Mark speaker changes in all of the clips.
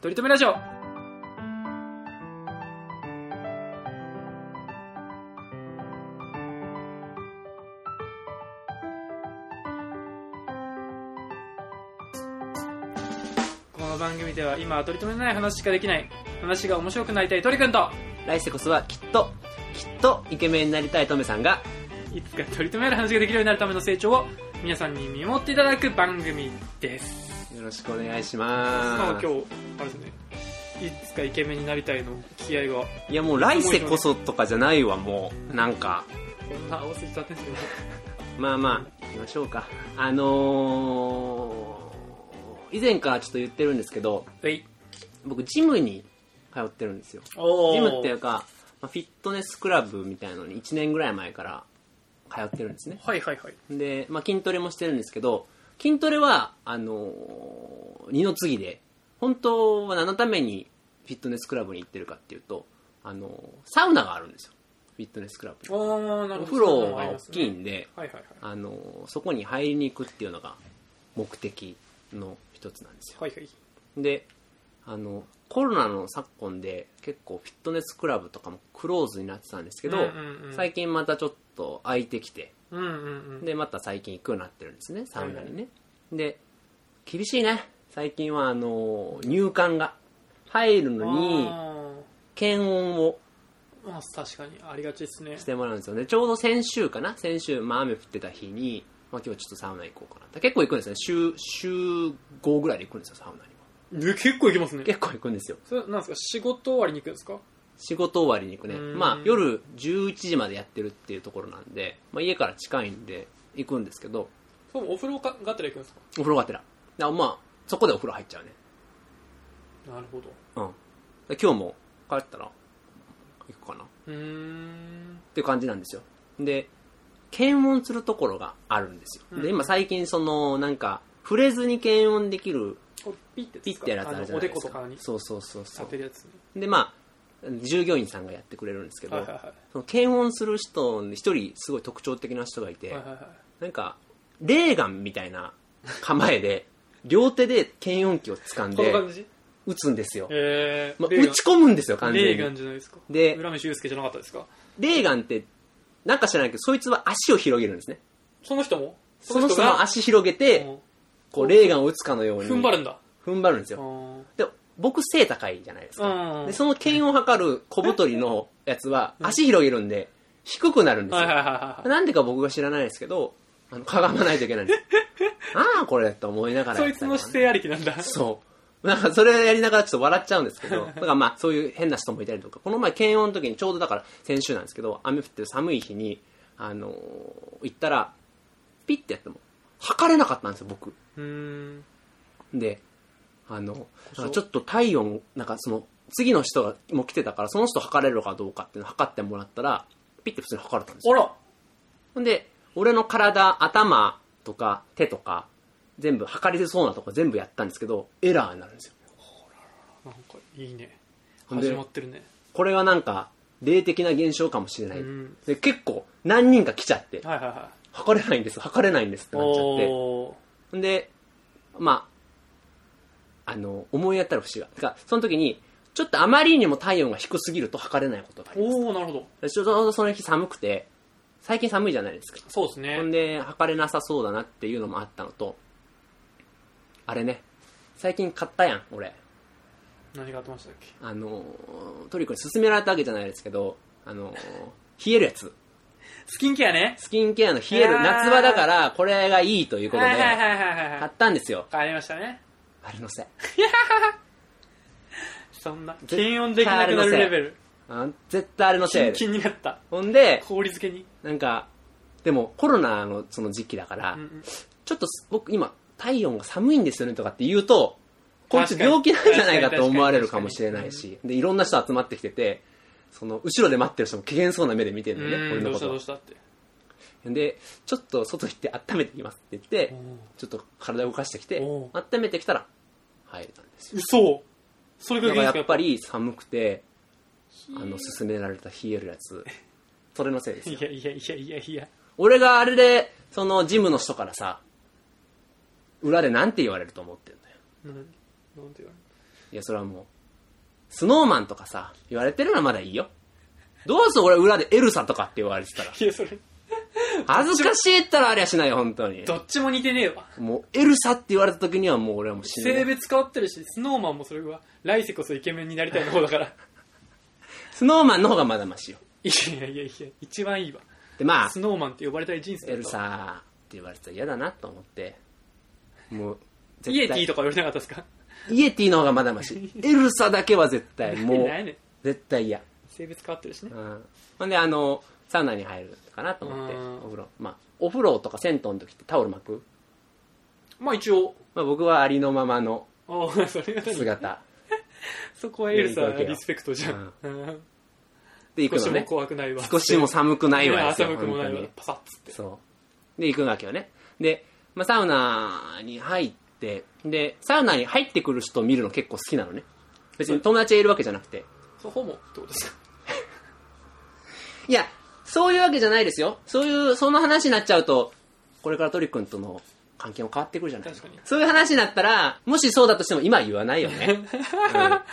Speaker 1: とりとめラジオこの番組では今は取り留めのない話しかできない話が面白くなりたい鳥くんと
Speaker 2: 来世こそはきっと、きっとイケメンになりたいトメさんが、
Speaker 1: いつか取り留める話ができるようになるための成長を皆さんに見守っていただく番組です
Speaker 2: よろしくお願いし
Speaker 1: なん
Speaker 2: ま
Speaker 1: か
Speaker 2: す
Speaker 1: 今。日あれですねいつかイケメンになりたいの気合が
Speaker 2: いやもう来世こそとかじゃないわ、もう。なんか。
Speaker 1: こんな合わせちゃってんですけど
Speaker 2: まあまあ、行きましょうか。あのー、以前からちょっと言ってるんですけど、
Speaker 1: はい
Speaker 2: 僕ジムに通ってるんですよ。
Speaker 1: お
Speaker 2: ジムっていうか、まあフィットネスクラブみたいなのに1年ぐらい前から通ってるんですね。
Speaker 1: はいはいはい
Speaker 2: で、まあ、筋トレもしてるんですけど筋トレはあのー二の次で本当は何のためにフィットネスクラブに行ってるかっていうとあのーサウナがあるんですよフィットネスクラブに
Speaker 1: おなるほ
Speaker 2: お風
Speaker 1: ど
Speaker 2: 呂が大きいんで、
Speaker 1: はいはいはい
Speaker 2: あのーそこに入りに行くっていうのが目的の一つなんですよ
Speaker 1: はいはい
Speaker 2: であのコロナの昨今で結構フィットネスクラブとかもクローズになってたんですけど、
Speaker 1: うんうんうん
Speaker 2: 最近またちょっと空いてきて
Speaker 1: うんうんうん
Speaker 2: でまた最近行くようになってるんですねサウナにね、で厳しいね最近はあのー入管が入るのに
Speaker 1: あ
Speaker 2: 検温を
Speaker 1: ーまあ確かにありがちですね
Speaker 2: してもらうんですよねちょうど先週かな先週、まあ、雨降ってた日に、まあ、今日ちょっとサウナ行こうかなって結構行くんですね週週5ぐらいで行くんですよサウナには
Speaker 1: え結構いけますね
Speaker 2: 結構行くんですよ
Speaker 1: それなんですか仕事終わりに行くんですか
Speaker 2: 仕事終わりに行くね
Speaker 1: うん
Speaker 2: まあ夜11時までやってるっていうところなんで、まあ、家から近いんで行くんですけど
Speaker 1: そうお風呂かがてら行くんですか
Speaker 2: お風呂がてらだからまあそこでお風呂入っちゃうね
Speaker 1: なるほど
Speaker 2: うん、今日も帰ったら行くかなっ
Speaker 1: うーん
Speaker 2: ていう感じなんですよで検温するところがあるんですよ、
Speaker 1: うん
Speaker 2: で今最近そのなんか触れずに検温できる
Speaker 1: これピッて
Speaker 2: ピッてやるやつあるじゃ
Speaker 1: お
Speaker 2: な
Speaker 1: で
Speaker 2: いで
Speaker 1: こ
Speaker 2: す
Speaker 1: と
Speaker 2: か
Speaker 1: かに
Speaker 2: そうそうそうそ
Speaker 1: 当て
Speaker 2: う
Speaker 1: るやつね
Speaker 2: でまあ従業員さんがやってくれるんですけど、
Speaker 1: はいはいは
Speaker 2: その検温する人に一人すごい特徴的な人がいて、
Speaker 1: いはいはいはい
Speaker 2: なんかレーガンみたいな構えで両手で検温器を 掴ん
Speaker 1: この
Speaker 2: で
Speaker 1: 感じ
Speaker 2: 打つんですよ、
Speaker 1: えー
Speaker 2: まあ、
Speaker 1: レーガ
Speaker 2: 打
Speaker 1: ン
Speaker 2: ち込むんですよ完
Speaker 1: レ
Speaker 2: 全
Speaker 1: ーガン
Speaker 2: に
Speaker 1: じゃないですか
Speaker 2: で
Speaker 1: 浦飯祐介じゃなかったですか
Speaker 2: レーガンって、なんか知らないけど、そいつは足を広げるんですね。
Speaker 1: その人も
Speaker 2: その人の足広げて、
Speaker 1: も
Speaker 2: こう、レーガンを打つかのように。
Speaker 1: 踏ん張るんだ
Speaker 2: 踏ん張るんです
Speaker 1: う
Speaker 2: よ。
Speaker 1: ん
Speaker 2: で、僕背高いじゃないですか。
Speaker 1: うん
Speaker 2: で、その剣を測る小太りのやつは、足広げるんで、低くなるんです
Speaker 1: はいはい
Speaker 2: よ。
Speaker 1: はいはい
Speaker 2: なんでか僕が知らないですけど、あの、かがまないといけないんです よ。ああ、これと思いながら
Speaker 1: そ
Speaker 2: やっ
Speaker 1: い
Speaker 2: て
Speaker 1: つ
Speaker 2: たり
Speaker 1: の
Speaker 2: とかね。
Speaker 1: 姿勢ありきなんだ
Speaker 2: そう。なんかそれやりながらちょっと笑っちゃうんですけど、だからまあそういう変な人もいたりとか、この前検温の時にちょうどだから先週なんですけど、雨降ってる寒い日に、あのー行ったら、ピッてやっても、測れなかったんですよ、僕。
Speaker 1: うーん
Speaker 2: で、あの、
Speaker 1: 故
Speaker 2: なん
Speaker 1: 障
Speaker 2: かちょっと体温、なんかその、次の人がもう来てたから、その人測れるかどうかっていうのを測ってもらったら、ピッて普通に測れたんですよ
Speaker 1: あら
Speaker 2: ほんで、俺の体、頭とか手とか、全部測れてそうなとこ全部やったんですけど、エラーになるんですよ。
Speaker 1: なんかいいね
Speaker 2: ほんで
Speaker 1: 始まってるね
Speaker 2: これはなんか、霊的な現象かもしれない。
Speaker 1: うん
Speaker 2: で結構、何人か来ちゃって、
Speaker 1: はいはいは
Speaker 2: 測れないんです、測れないんですっ
Speaker 1: い
Speaker 2: てなっちゃって。
Speaker 1: お
Speaker 2: ほんで、まあ、あの、思い当たる節が。てか、その時に、ちょっとあまりにも体温が低すぎると測れないことがあ
Speaker 1: ー
Speaker 2: ります
Speaker 1: おーなるほど
Speaker 2: で。ちょうどその日寒くて、最近寒いじゃないですか。
Speaker 1: そうですね
Speaker 2: ほんで、測れなさそうだなっていうのもあったのと、あれね、最近買ったやん、俺。
Speaker 1: 何があってましたっけ
Speaker 2: あのートリコに勧められたわけじゃないですけど、あのー冷えるやつ。
Speaker 1: スキンケアね
Speaker 2: スキンケアの冷え
Speaker 1: あ
Speaker 2: る、
Speaker 1: ー
Speaker 2: 夏場だから、これがいいということで、
Speaker 1: はいはい
Speaker 2: 買
Speaker 1: はいはいは
Speaker 2: っ
Speaker 1: い
Speaker 2: たんですよ。
Speaker 1: ありましたね
Speaker 2: あれのせい。
Speaker 1: そんな
Speaker 2: 絶対
Speaker 1: 検温できなくなるレベル
Speaker 2: あ絶対あれの
Speaker 1: キ
Speaker 2: せい
Speaker 1: ン
Speaker 2: で
Speaker 1: キ。ンになった
Speaker 2: ほんで、
Speaker 1: 氷漬けに
Speaker 2: なんか、でもコロナのその時期だから、
Speaker 1: うんうん
Speaker 2: ちょっとす僕今、体温が寒いんですよねとかって言うと、こいつ
Speaker 1: 確かに
Speaker 2: 病気なんじゃないかと思われる
Speaker 1: 確か
Speaker 2: か
Speaker 1: に
Speaker 2: も
Speaker 1: 確
Speaker 2: し
Speaker 1: かに
Speaker 2: れないし、で、いろんな人集まってきてて、その、後ろで待ってる人も機嫌そうな目で見てるのね、
Speaker 1: う
Speaker 2: 俺
Speaker 1: んど
Speaker 2: の
Speaker 1: う
Speaker 2: こ
Speaker 1: したど
Speaker 2: と
Speaker 1: う。したって
Speaker 2: で、ちょっと外行って温めてきますって言っ
Speaker 1: う
Speaker 2: て、
Speaker 1: ん
Speaker 2: ちょっと体を動かしてきて、
Speaker 1: おう
Speaker 2: 温めてきたら、入れたんですよ。
Speaker 1: 嘘それ
Speaker 2: だ
Speaker 1: が原因
Speaker 2: から
Speaker 1: で
Speaker 2: や
Speaker 1: す
Speaker 2: っ
Speaker 1: か
Speaker 2: ぱり寒くて、
Speaker 1: やっぱ
Speaker 2: あの、勧められた冷えるやつ、それのせいですよ
Speaker 1: い。やいやいやいやいや
Speaker 2: 俺があれで、その、ジムの人からさ、裏でなんて言われると思ってんだよ。
Speaker 1: なんなんて言われる
Speaker 2: いや、それはもう、スノーマンとかさ、言われてるのはまだいいよ。どうせ俺裏でエルサとかって言われて たら。
Speaker 1: いや、それ、
Speaker 2: 恥ずかしいったらありゃしないよ、本当に。
Speaker 1: どっちも似てねえわ。
Speaker 2: もう、エルサって言われた時にはもう俺はもう死ぬね、
Speaker 1: 性別変わってるし、スノーマンもそれは、来世こそイケメンになりたいの方だ から。
Speaker 2: スノーマンの方がまだマシよ。
Speaker 1: いやいやいや、一番いいわ。
Speaker 2: で、まあ
Speaker 1: ス、ノーマンって呼ばれたい人生だ
Speaker 2: エ
Speaker 1: と
Speaker 2: ルサって言われてたら嫌だなと思って、もう、
Speaker 1: イエティ
Speaker 2: と
Speaker 1: とか言われなかったですか
Speaker 2: イエティの方がまだマシ。エルサだけは絶対、も う
Speaker 1: な、いね。
Speaker 2: 絶対嫌。
Speaker 1: 性別変わってるしね
Speaker 2: う。ん。ほんで、あの、サウナに入るかなと思って、
Speaker 1: うん
Speaker 2: お風呂。まあ、お風呂とか銭湯の時ってタオル巻く
Speaker 1: まあ一応、
Speaker 2: まあ僕はありのままの
Speaker 1: ああ、それが何
Speaker 2: 姿
Speaker 1: そこはエルサ
Speaker 2: いやいいわけよ
Speaker 1: リスペクトじゃん。うん
Speaker 2: で
Speaker 1: 少
Speaker 2: 行く
Speaker 1: し
Speaker 2: の
Speaker 1: も
Speaker 2: ね。
Speaker 1: 怖くないわ。
Speaker 2: 少しも寒くないわ
Speaker 1: ね
Speaker 2: ですよ。
Speaker 1: 寒くもない
Speaker 2: 本
Speaker 1: わ
Speaker 2: 当に。
Speaker 1: パサッつって。
Speaker 2: そう。で、行くわけよね。で、まあ、サウナに入って、で、サウナに入ってくる人を見るの結構好きなのね。別に友達がいるわけじゃなくて。
Speaker 1: そう、ホモってことですか。
Speaker 2: いや、そういうわけじゃないですよ。そういう、その話になっちゃうと、これからトリ君との関係も変わってくるじゃない
Speaker 1: 確かに
Speaker 2: そういう話になったら、もしそうだとしても今は言わないよ ね。うん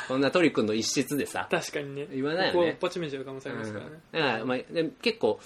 Speaker 2: そんなトリ君の一室でさ。
Speaker 1: 確かにね。
Speaker 2: 言わないよね
Speaker 1: ここをパチめちゃう可能性あります
Speaker 2: だ
Speaker 1: から
Speaker 2: か
Speaker 1: ね。
Speaker 2: ら、まあ、で結構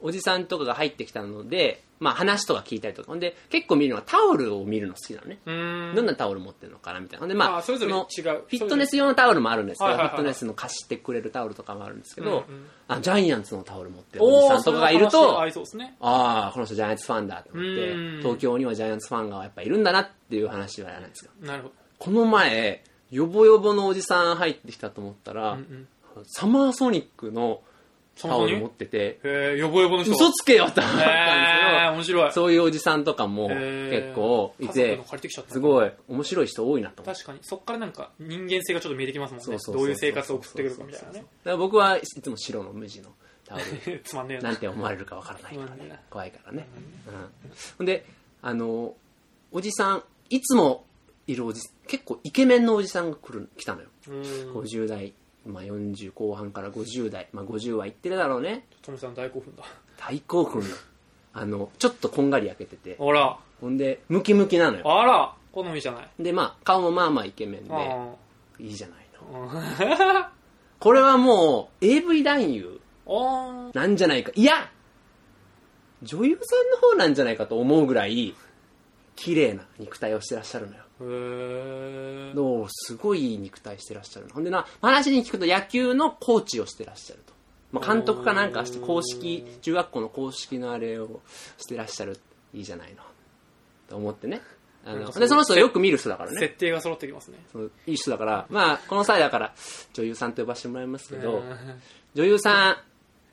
Speaker 2: おじさんとかが入ってきたので、まあ、話とか聞いたりとかほんで結構見るのはタオルを見るの好きなのね、
Speaker 1: うーん。
Speaker 2: どんなタオル持ってるのかなみたいなほんでまあ
Speaker 1: あーそれぞれ
Speaker 2: の
Speaker 1: 違う
Speaker 2: フィットネス用のタオルもあるんですけ
Speaker 1: は
Speaker 2: ど、
Speaker 1: いはいはい
Speaker 2: フィットネスの貸してくれるタオルとかもあるんですけど、
Speaker 1: うんうん
Speaker 2: あジャイアンツのタオル持ってるおじ
Speaker 1: お
Speaker 2: さ
Speaker 1: ー
Speaker 2: んとかがいると
Speaker 1: 合いそうですね。
Speaker 2: ああこの人ジャイアンツファンだと思って
Speaker 1: うん
Speaker 2: 東京にはジャイアンツファンがやっぱいるんだなっていう話はやらないですか
Speaker 1: なるほど。
Speaker 2: この前ヨボヨボのおじさん入ってきたと思ったら、
Speaker 1: うんうん。
Speaker 2: サマーソニックの
Speaker 1: そ
Speaker 2: タオ
Speaker 1: んな
Speaker 2: ル持っ
Speaker 1: に
Speaker 2: てて、
Speaker 1: えー、よぼよぼの人。
Speaker 2: 嘘つけよって思ったんです
Speaker 1: えー、面白
Speaker 2: けど、
Speaker 1: い。
Speaker 2: そういうおじさんとかも
Speaker 1: えー
Speaker 2: 結構い
Speaker 1: 家族
Speaker 2: て
Speaker 1: の、借りてきちゃった。
Speaker 2: すごい面白い人多いなと思って。
Speaker 1: 確かに。そっからなんか人間性がちょっと見えてきますもん
Speaker 2: そ
Speaker 1: ね
Speaker 2: う。そうそう
Speaker 1: どういう生活を送ってくるかみたいなね
Speaker 2: そうそう。そうだから僕はいつも白の無地のタオ ル
Speaker 1: つまんねえ
Speaker 2: な。
Speaker 1: なん
Speaker 2: て思われるかわからないか
Speaker 1: そ
Speaker 2: ら
Speaker 1: うなんだ
Speaker 2: ね。怖いからね。うん。ほんで、あの、おじさん、いつもいるおじ、結構イケメンのおじさんが来る、来たのよ。
Speaker 1: うん。
Speaker 2: 50代、まあ40後半から50代、まあ50はいってるだろうね。
Speaker 1: トムさん大興奮だ。
Speaker 2: 大興奮 よ。あの、ちょっとこんがり焼けてて、
Speaker 1: あら、
Speaker 2: ほんで、ムキムキなのよ。
Speaker 1: あら、好みじゃない。
Speaker 2: でまあ顔もまあまあイケメンで
Speaker 1: あ
Speaker 2: いいじゃない の
Speaker 1: あ。
Speaker 2: これはもう AV 男優
Speaker 1: あ
Speaker 2: なんじゃないかいや女優さんの方なんじゃないかと思うぐらい綺麗な肉体をしてらっしゃるのよ
Speaker 1: ー。へえ。
Speaker 2: どうすごいいい肉体してらっしゃるのほんでな話に聞くと野球のコーチをしてらっしゃると、まあ、監督かなんかして公式中学校の公式のあれをしてらっしゃるいいじゃないのと思ってねあ
Speaker 1: なん
Speaker 2: の
Speaker 1: かそう
Speaker 2: でその人よく見る人だからね
Speaker 1: 設定が揃ってきますね。
Speaker 2: そのいい人だから、まあ、この際だから、女優さんと呼ばせてもらいますけど、
Speaker 1: うん
Speaker 2: 女優さん、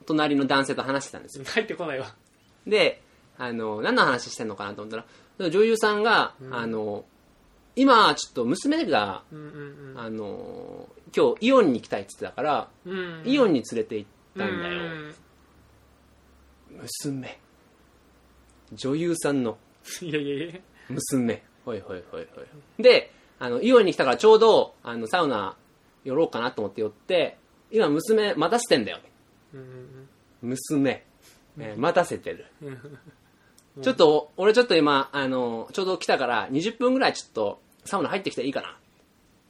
Speaker 2: 隣の男性と話してたんですよ。
Speaker 1: 入ってこないわ。
Speaker 2: で、あの、何の話してんのかなと思ったら、女優さんが、あの、今、ちょっと娘が、
Speaker 1: うんうん
Speaker 2: あの、今日、イオンに行きたいって言ってたから、
Speaker 1: うん。
Speaker 2: イオン
Speaker 1: に
Speaker 2: に連れて行ったんだよ。娘。女優さんの
Speaker 1: いやいやいや。
Speaker 2: 娘。ほいほいほいほい。で、あの、イオンに来たからちょうど、あの、サウナ寄ろうかなと思って寄って、今娘待たせてんだよ。
Speaker 1: うんうん
Speaker 2: 娘。えー待たせてる。
Speaker 1: うん
Speaker 2: ちょっと、俺ちょっと今、あの、ちょうど来たから20分ぐらいちょっとサウナ入ってきていいかな。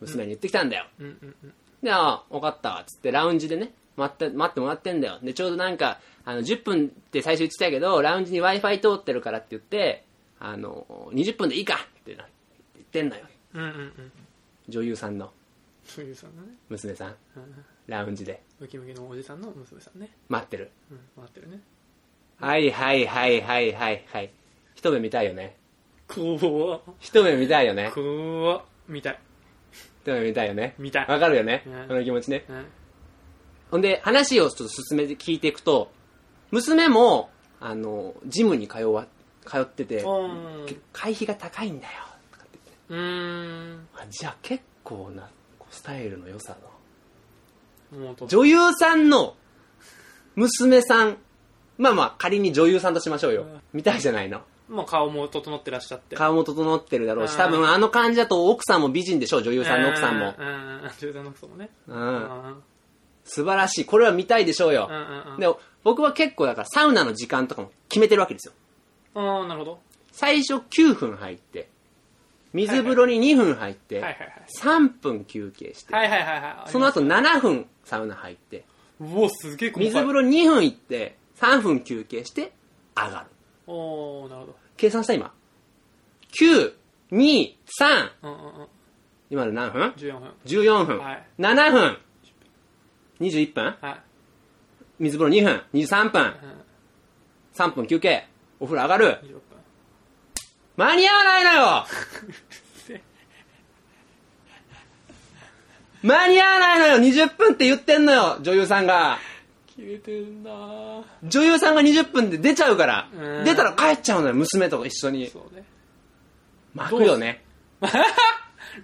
Speaker 2: 娘に言ってきたんだよ。
Speaker 1: うんうんうん。
Speaker 2: で、ああ、分かったわ、つって、ラウンジでね、待って、待ってもらってんだよ。で、ちょうどなんか、あの、10分って最初言ってたけど、ラウンジに Wi-Fi 通ってるからって言って、あの、20分でいいかってな、言ってんのよ。
Speaker 1: うんうんうん。
Speaker 2: 女優さんの
Speaker 1: そういうさんのね。
Speaker 2: 娘さん、
Speaker 1: うん
Speaker 2: ラウンジで
Speaker 1: ムキムキのおじさんの娘さんね。
Speaker 2: 待ってる。
Speaker 1: うん、回ってるね。
Speaker 2: はいはいはいはいはいはい。一目見たいよね。
Speaker 1: 怖っ。
Speaker 2: 一目見たいよね。
Speaker 1: 怖っ。見たい。
Speaker 2: 一目見たいよね。
Speaker 1: 見たい
Speaker 2: わかるよね
Speaker 1: うん。
Speaker 2: この気持ちね。
Speaker 1: うん。
Speaker 2: ほんで、話をちょっと進めて聞いていくと、娘も、あの、ジムに通わ、通ってて、
Speaker 1: うん
Speaker 2: け会費が高いんだよとかって言って
Speaker 1: うーん。
Speaker 2: あじゃあ結構なこうスタイルの良さの
Speaker 1: もうと。
Speaker 2: 女優さんの娘さんまあまあ仮に女優さんとしましょうよ、
Speaker 1: うん
Speaker 2: みたいじゃないの
Speaker 1: もう顔も整ってらっしゃって。
Speaker 2: 顔も整ってるだろうし
Speaker 1: うん
Speaker 2: 多分あの感じだと奥さんも美人でしょう女優さんの奥さんも、
Speaker 1: うんうんうん。中段の奥さんもね。
Speaker 2: う、
Speaker 1: うんん
Speaker 2: 素晴らしいこれは見たいでしょうよ
Speaker 1: う、んうんうん。
Speaker 2: で僕は結構だからサウナの時間とかも決めてるわけですよ
Speaker 1: ああ、なるほど。
Speaker 2: 最初9分入って水風呂に2分入っ
Speaker 1: い
Speaker 2: て
Speaker 1: はいはい
Speaker 2: 3分休憩して
Speaker 1: はいはいはいはい
Speaker 2: その後7分サウナ入って
Speaker 1: うおすげえ細かい
Speaker 2: 水風呂2分行って3分休憩して上がる
Speaker 1: おおなるほど
Speaker 2: 計算した今923
Speaker 1: うんうんうん
Speaker 2: 今の何分
Speaker 1: 14分
Speaker 2: ?14 分、
Speaker 1: はい
Speaker 2: 7分21分
Speaker 1: はい
Speaker 2: 水風呂2分23分
Speaker 1: うん
Speaker 2: 3分休憩お風呂上がる
Speaker 1: 26分
Speaker 2: 間に合わないの よ間に合わないのよ !20 分って言ってんのよ女優さんが
Speaker 1: 切れてんなー
Speaker 2: 女優さんが20分で出ちゃうから
Speaker 1: うん
Speaker 2: 出たら帰っちゃうのよ娘と一緒に
Speaker 1: そうね
Speaker 2: 巻くよね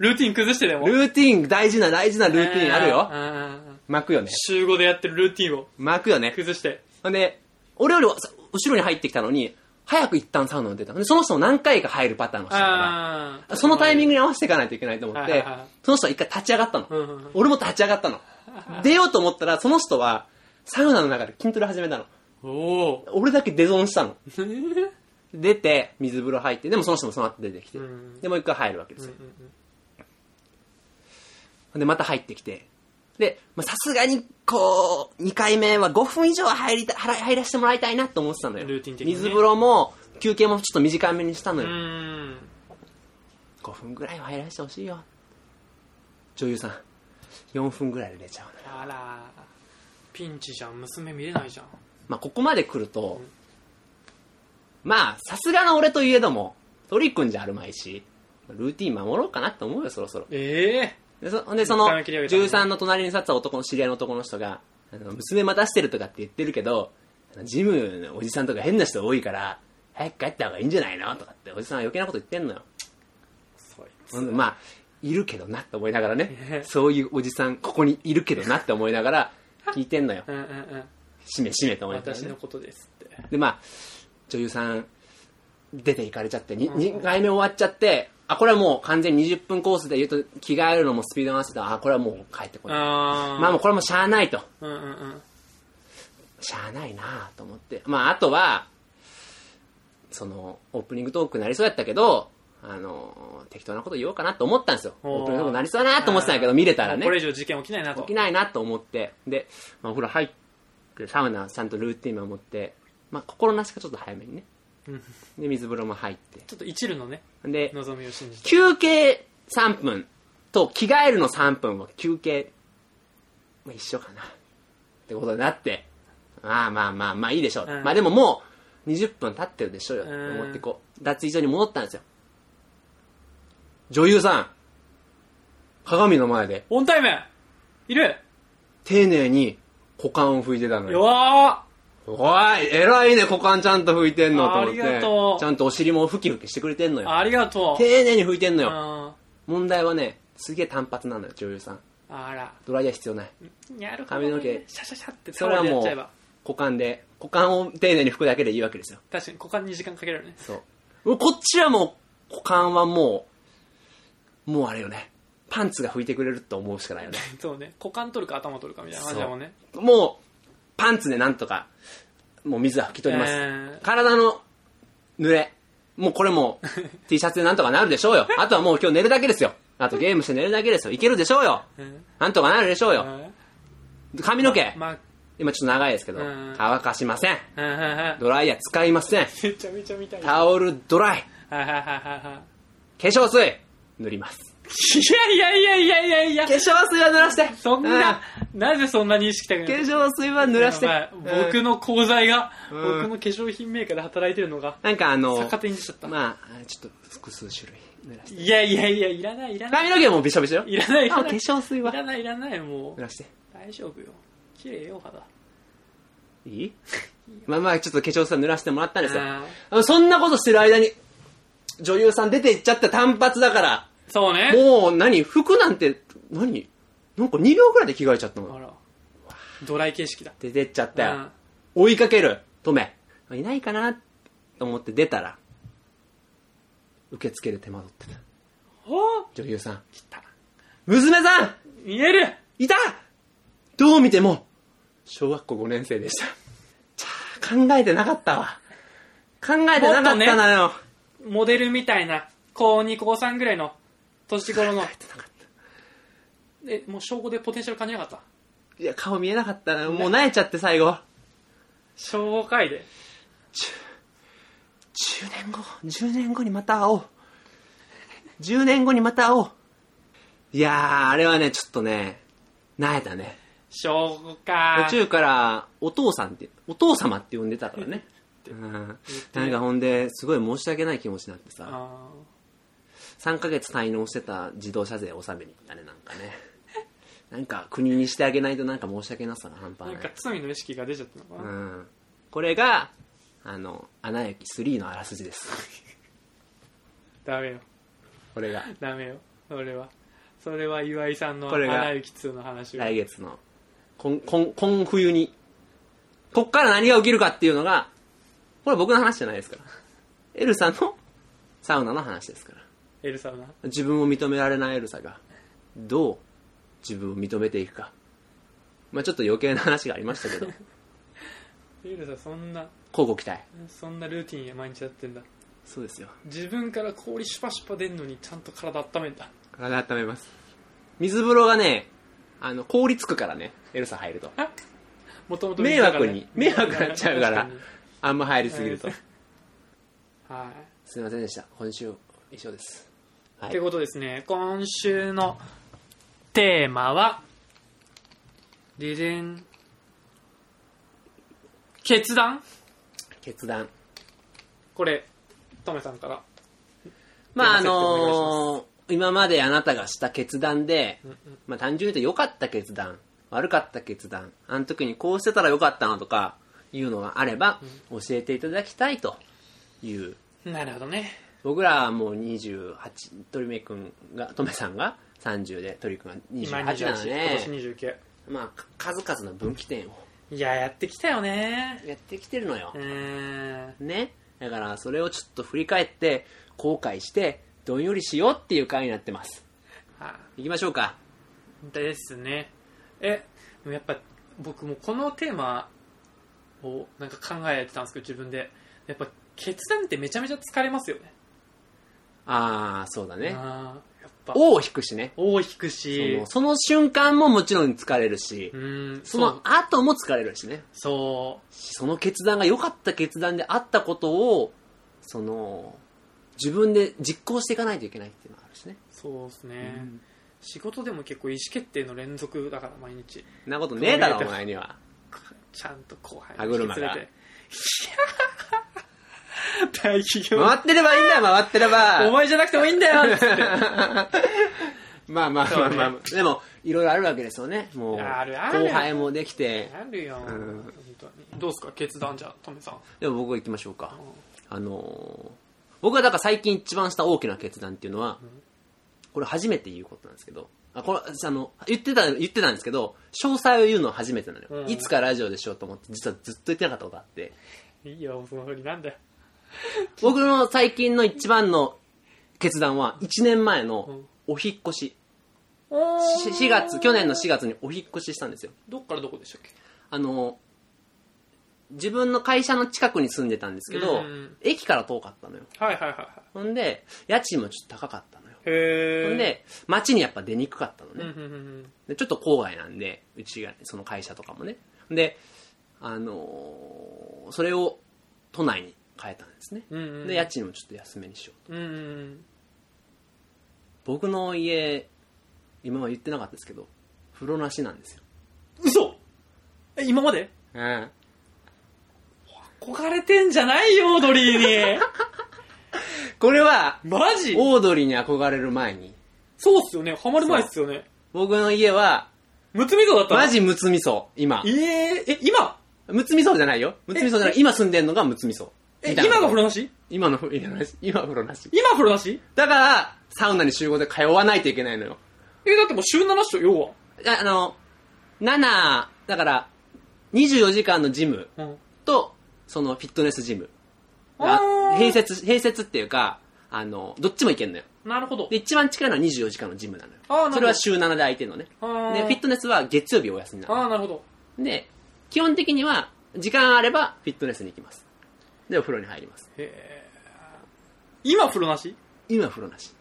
Speaker 1: ルーティン崩してでも
Speaker 2: ルーティン大事な大事なルーティンあるよ
Speaker 1: うんうんうんうん
Speaker 2: 巻くよね
Speaker 1: 週5でやってるルーティンを
Speaker 2: 巻くよね
Speaker 1: 崩して
Speaker 2: ほんで俺よりさ後ろに入ってきたのに早く一旦サウナに出たのでその人も何回か入るパターンの人だから
Speaker 1: ああ
Speaker 2: そのタイミン
Speaker 1: グ
Speaker 2: グに合わせていかないといけないと思っ
Speaker 1: はい
Speaker 2: て
Speaker 1: はいはい
Speaker 2: その人は一回立ち上がったの
Speaker 1: うんうんうん
Speaker 2: 俺も立ち上がったの出ようと思ったらその人はサウナの中で筋トレ始めたの
Speaker 1: おお
Speaker 2: 俺だけデゾンしたの出て水風呂入ってでもその人もその後出てきて
Speaker 1: うん
Speaker 2: でもう一回入るわけですよでまた入ってきてでまあさすがにこう2回目は5分以上は入りた入ら入らせてもらいたいなと思ってたのよ
Speaker 1: ルーティン的にね
Speaker 2: 水風呂も休憩もちょっと短めにしたの
Speaker 1: う
Speaker 2: よ、
Speaker 1: ん
Speaker 2: 5分ぐらいは入らせてほしいよ女優さん4分ぐらいで寝ちゃうのよ
Speaker 1: あらピンチじゃん娘見れないじゃん
Speaker 2: まあここまで来ると、まあさすがの俺といえども鳥くんじゃあるまいしルーティン守ろうかなと思うよそろそろ
Speaker 1: ええ
Speaker 2: でそほんでその
Speaker 1: 一回も切り上げたのね
Speaker 2: 13の隣に立った男の知り合いの男の人があの娘待たしてるとかって言ってるけどあのジムのおじさんとか変な人多いから早く帰った方がいいんじゃないのとかっておじさんは余計なこと言ってんのよ
Speaker 1: そいつ
Speaker 2: ほんでまあいるけどなって思いなが らねそういうおじさんここにいるけどなって思いながら聞いてんのよ
Speaker 1: うんうんうん
Speaker 2: しめしめと思いながらね、
Speaker 1: 私のことですって
Speaker 2: でまあ女優さん出て行かれちゃって 2, 回目終わっちゃってあこれはもう完全に20分コースで言うと着替えるのもスピード合わせてあこれはもう帰ってこない
Speaker 1: ああ
Speaker 2: まあもうこれもしゃあないと
Speaker 1: うんうんうん
Speaker 2: しゃあないなと思ってまああとはそのオープニングトークになりそうやったけどあの適当なこと言おうかなと思ったんですよ
Speaker 1: おー
Speaker 2: オープニングトークになりそうだなと思ってたんやけど見れたらね
Speaker 1: これ以上事件起きないなと
Speaker 2: 起きないなと思ってで、まあ、お風呂入ってサウナちゃんとルーティン守って、まあ、心なしかちょっと早めにね
Speaker 1: うん
Speaker 2: で水風呂も入って
Speaker 1: ちょっと一縷のね
Speaker 2: で
Speaker 1: 望みを信じて
Speaker 2: 休憩3分と着替えるの3分は休憩、まあ、一緒かなってことになってまあまあまあまあいいでしょう、
Speaker 1: うん
Speaker 2: まあでももう20分経ってるでしょうよと
Speaker 1: うん
Speaker 2: 思ってこう脱衣所に戻ったんですよ女優さん鏡の前で
Speaker 1: オンタイムいる
Speaker 2: 丁寧に股間を拭いてたのよ
Speaker 1: 弱
Speaker 2: おい偉いね股間ちゃんと拭いてんのと思って
Speaker 1: ありがとう
Speaker 2: ちゃんとお尻もふきふきしてくれてんの
Speaker 1: ー
Speaker 2: よ
Speaker 1: ありがとう
Speaker 2: 丁寧に拭いてんのよ
Speaker 1: あ
Speaker 2: 問題はねすげえ単発なのよ女優さん
Speaker 1: ーあら
Speaker 2: ドライヤー必要ない
Speaker 1: やる
Speaker 2: 髪の毛
Speaker 1: シャシャシャって
Speaker 2: そ
Speaker 1: タオ
Speaker 2: れは
Speaker 1: ルでやっ
Speaker 2: もう
Speaker 1: ちゃえば
Speaker 2: 股間で股間を丁寧に拭くだけでいいわけですよ
Speaker 1: 確かに股間に時間かけるよね
Speaker 2: そうもうこっちはもう股間はもうもうあれよねパンツが拭いてくれると思うしかないよね
Speaker 1: そうね股間取るか頭取るかみたいな感じだもんね
Speaker 2: もうパンツでなんとかもう水は拭き取ります、
Speaker 1: えー
Speaker 2: 体の濡れもうこ れも T シャツでなんとかなるでしょうよあとはもう今日寝るだけですよあとゲームして寝るだけですよいけるでしょうよ
Speaker 1: うん
Speaker 2: なんとかなるでしょうよ
Speaker 1: うん
Speaker 2: 髪の毛
Speaker 1: まあ
Speaker 2: 今ちょっと長いですけど
Speaker 1: うん
Speaker 2: 乾かしません
Speaker 1: うんうんうん
Speaker 2: ドライヤー使いません
Speaker 1: めちゃめちゃ見たい
Speaker 2: タオルドライ
Speaker 1: はいはいはいはいは
Speaker 2: 化粧水塗ります
Speaker 1: いいやいやいやいやいやい
Speaker 2: 化
Speaker 1: や
Speaker 2: 粧水は濡らして
Speaker 1: そんななぜそんなに意識高
Speaker 2: う
Speaker 1: い
Speaker 2: ん化粧水は濡らしてう
Speaker 1: 僕
Speaker 2: ん
Speaker 1: の口座が僕の
Speaker 2: ん
Speaker 1: 化粧品メーカーで働いてるのが
Speaker 2: なんかあの
Speaker 1: 逆手にしちゃった
Speaker 2: まあちょっと複数種類濡らして
Speaker 1: いやいやいやいらないいらない
Speaker 2: 髪の毛もびしょびしょよ
Speaker 1: いらないい
Speaker 2: あ
Speaker 1: ら
Speaker 2: 化
Speaker 1: ない
Speaker 2: 粧水はい
Speaker 1: らないいらないも
Speaker 2: 濡
Speaker 1: う
Speaker 2: らして
Speaker 1: 大丈夫よ綺麗よ肌
Speaker 2: いいまあまあちょっと化粧水は濡らしてもらったんですよ
Speaker 1: あ
Speaker 2: あのそんなことしてる間に女優さん出て行っちゃった単発だから
Speaker 1: そうね
Speaker 2: もう何服なんて何なんか2秒ぐらいで着替えちゃった
Speaker 1: あ
Speaker 2: の
Speaker 1: らドライ形式だ
Speaker 2: 出てっちゃったよ、
Speaker 1: うん
Speaker 2: 追いかける止めいないかなと思って出たら受付で手間取ってた
Speaker 1: おー
Speaker 2: 女優さん
Speaker 1: 来た
Speaker 2: 娘さん
Speaker 1: 見える
Speaker 2: いたどう見ても小学校5年生でしたちゃあ考えてなかったわ考えてなかったなよ、
Speaker 1: モデルみたいな高2、高3ぐらいの年頃 の。え、もう小5でポテンシャル感じなかった
Speaker 2: いや、顔見えなかったな。もう萎えちゃって最後。
Speaker 1: 小5回で。
Speaker 2: 10年後、10年後にまた会おう。10年後にまた会おう。いやー、あれはね、ちょっとね、萎えたね。
Speaker 1: 小5か
Speaker 2: 途。中から、お父さんって、お父様って呼んでたからね。うん、なんかほんで、すごい申し訳ない気持ちになってさ、
Speaker 1: あ
Speaker 2: 3ヶ月滞納してた自動車税納めに行ったね、なんかね。 なんか国にしてあげないとなんか申し訳なさが半
Speaker 1: ー
Speaker 2: 端な
Speaker 1: ないん。か罪の意識が出ちゃったのか
Speaker 2: う
Speaker 1: な。
Speaker 2: ん、これが、あの、穴焼き3のあらすじです。
Speaker 1: ダメよ。
Speaker 2: これが、
Speaker 1: ダメよ。それは。それは岩井さんの
Speaker 2: これが
Speaker 1: 花雪2の話を。
Speaker 2: 来月の、今、今、今冬に、こっから何が起きるかっていうのが、これ僕の話じゃないですから。エルサのサウナの話ですから。
Speaker 1: エルサウナ。
Speaker 2: 自分を認められないエルサが、どう自分を認めていくか。まあちょっと余計な話がありましたけど、
Speaker 1: エルサそんな、
Speaker 2: 交互期待。
Speaker 1: そんなルーティンや毎日やってんだ。
Speaker 2: そうですよ。
Speaker 1: 自分から氷シュパシュパ出んのにちゃんと体温めん だ。
Speaker 2: 体温めます。水風呂がね、あの、凍りつくからね、エルサ入る と。
Speaker 1: もともと
Speaker 2: 迷惑に、迷惑になっちゃう から、あんま入りすぎると
Speaker 1: はい。はい。
Speaker 2: すいませんでした。今週、以上です。は
Speaker 1: って
Speaker 2: い。
Speaker 1: ことですね今週のテーマは「リレン決断」
Speaker 2: 決断。
Speaker 1: これトメさんから、
Speaker 2: まああ
Speaker 1: テーマ設定お
Speaker 2: のー今まであなたがした決断で、
Speaker 1: うんうん
Speaker 2: まあ単純に言うと良かった決断、悪かった決断、あの時にこうしてたら良かったなとかいうのがあれば、教えていただきたいという。
Speaker 1: なるほどね
Speaker 2: 僕らはもう28、鳥目くんが、とめさんが30で、鳥くんが
Speaker 1: 今
Speaker 2: 28
Speaker 1: 28
Speaker 2: な
Speaker 1: 今
Speaker 2: ので、
Speaker 1: 年29
Speaker 2: まあか数々の分岐点を
Speaker 1: いややってきたよね
Speaker 2: やってきてるのよ
Speaker 1: う。ーん
Speaker 2: ね。だからそれをちょっと振り返って、後悔して、どんよりしようっていう回になってます。
Speaker 1: あ
Speaker 2: 行きましょうか。
Speaker 1: ですねえでもやっぱ僕もこのテーマをなんか考えてたんですけど自分でやっぱ決断ってめちゃめちゃ疲れますよね
Speaker 2: ああ、そうだね。
Speaker 1: あーやっぱ
Speaker 2: 王を引くしね。
Speaker 1: 尾を引く
Speaker 2: そ
Speaker 1: し
Speaker 2: のその瞬間ももちろん疲れるし、
Speaker 1: うん
Speaker 2: そ
Speaker 1: そ
Speaker 2: の
Speaker 1: う
Speaker 2: 後も疲れるしね。
Speaker 1: そ
Speaker 2: その決断が良かった決断であったことを、その、自分で実行していかないといけないっていうのがあるしね。
Speaker 1: うそうですね、仕事でも結構意思決定の連続だから毎日
Speaker 2: そんなことねえだろ、
Speaker 1: こう見えて
Speaker 2: お前には。
Speaker 1: ちゃんと後輩
Speaker 2: 歯車が
Speaker 1: いやー大企業、
Speaker 2: 回ってればいいんだよ、回ってれば。
Speaker 1: お前じゃなくてもいいんだよ つって
Speaker 2: まあまあまあまあ、まあでも、いろいろあるわけですよね。もう、
Speaker 1: あるある
Speaker 2: 後輩もできて。
Speaker 1: なるよ、
Speaker 2: ん
Speaker 1: 本当にどうですか決断じゃトメさん
Speaker 2: でも僕行きましょうか。あのー僕がだから最近一番した大きな決断っていうのは、これ初めて言うことなんですけど、あ、これ、あの、言ってた、言ってたんですけど、詳細を言うのは初めてなのよ。
Speaker 1: うん
Speaker 2: いつかラジオでしようと思って、実はずっと言ってなかったことあって、
Speaker 1: いいよそのふりなんだよ
Speaker 2: 僕の最近の一番の決断は、1年前の
Speaker 1: ん
Speaker 2: お引っ越し。
Speaker 1: お
Speaker 2: し4月、去年の4月にお引っ越ししたんですよ。
Speaker 1: どっからどこでしたっけ
Speaker 2: あの、自分の会社の近くに住んでたんですけ
Speaker 1: う
Speaker 2: ど、
Speaker 1: ん
Speaker 2: 駅から遠かったのよ。
Speaker 1: はいはいはいは
Speaker 2: ほんで、家賃もちょっと高かったのよ。
Speaker 1: いへえ
Speaker 2: ほんで、街にやっぱ出にくかったの
Speaker 1: うん
Speaker 2: ね。
Speaker 1: うんうん
Speaker 2: でちょっと郊外なんで、うちが、その会社とかもね。で、あのーそれを都内に変えたんですね。
Speaker 1: うんうんうん
Speaker 2: で、家賃もちょっと安めにしようと。
Speaker 1: うんうん
Speaker 2: 僕の家、今は言ってなかったですけど、風呂なしなんですよ。
Speaker 1: 嘘え今まで
Speaker 2: うん。
Speaker 1: 焦がれてんじゃないよオードリーに
Speaker 2: これは、
Speaker 1: マジ
Speaker 2: オードリーに憧れる前に、
Speaker 1: そうっすよね。ハマる前っすよね。
Speaker 2: 僕の家は、
Speaker 1: むつみぞだったの
Speaker 2: マジむつみそ、今。
Speaker 1: えええ、今
Speaker 2: むつみそじゃないよ。むつみそじゃない。今住んでんのがむつみそ。
Speaker 1: え、
Speaker 2: みたいな
Speaker 1: 今が風呂なし
Speaker 2: 今の風呂なし。今風呂なし。
Speaker 1: 今風呂なし
Speaker 2: だから、サウナに集合で通わないといけないのよ。
Speaker 1: え、だってもう週7っしょ、要は。
Speaker 2: ああの、7、だから、24時間のジム
Speaker 1: うん。
Speaker 2: と、そのフィットネスジム。
Speaker 1: あ
Speaker 2: あ
Speaker 1: ー
Speaker 2: 併設、併設っていうか、あの、どっちも行けんのよ。
Speaker 1: なるほど
Speaker 2: で、。一番近いのは24時間のジムなのよ。
Speaker 1: あーなるほど
Speaker 2: それは週7で空いてるのね。
Speaker 1: あ
Speaker 2: で、フィットネスは月曜日お休みなの。
Speaker 1: あー、なるほど。
Speaker 2: で、基本的には、時間あれば、フィットネスに行きます。で、お風呂に入ります。
Speaker 1: へえ。今風呂なし
Speaker 2: 今風呂なし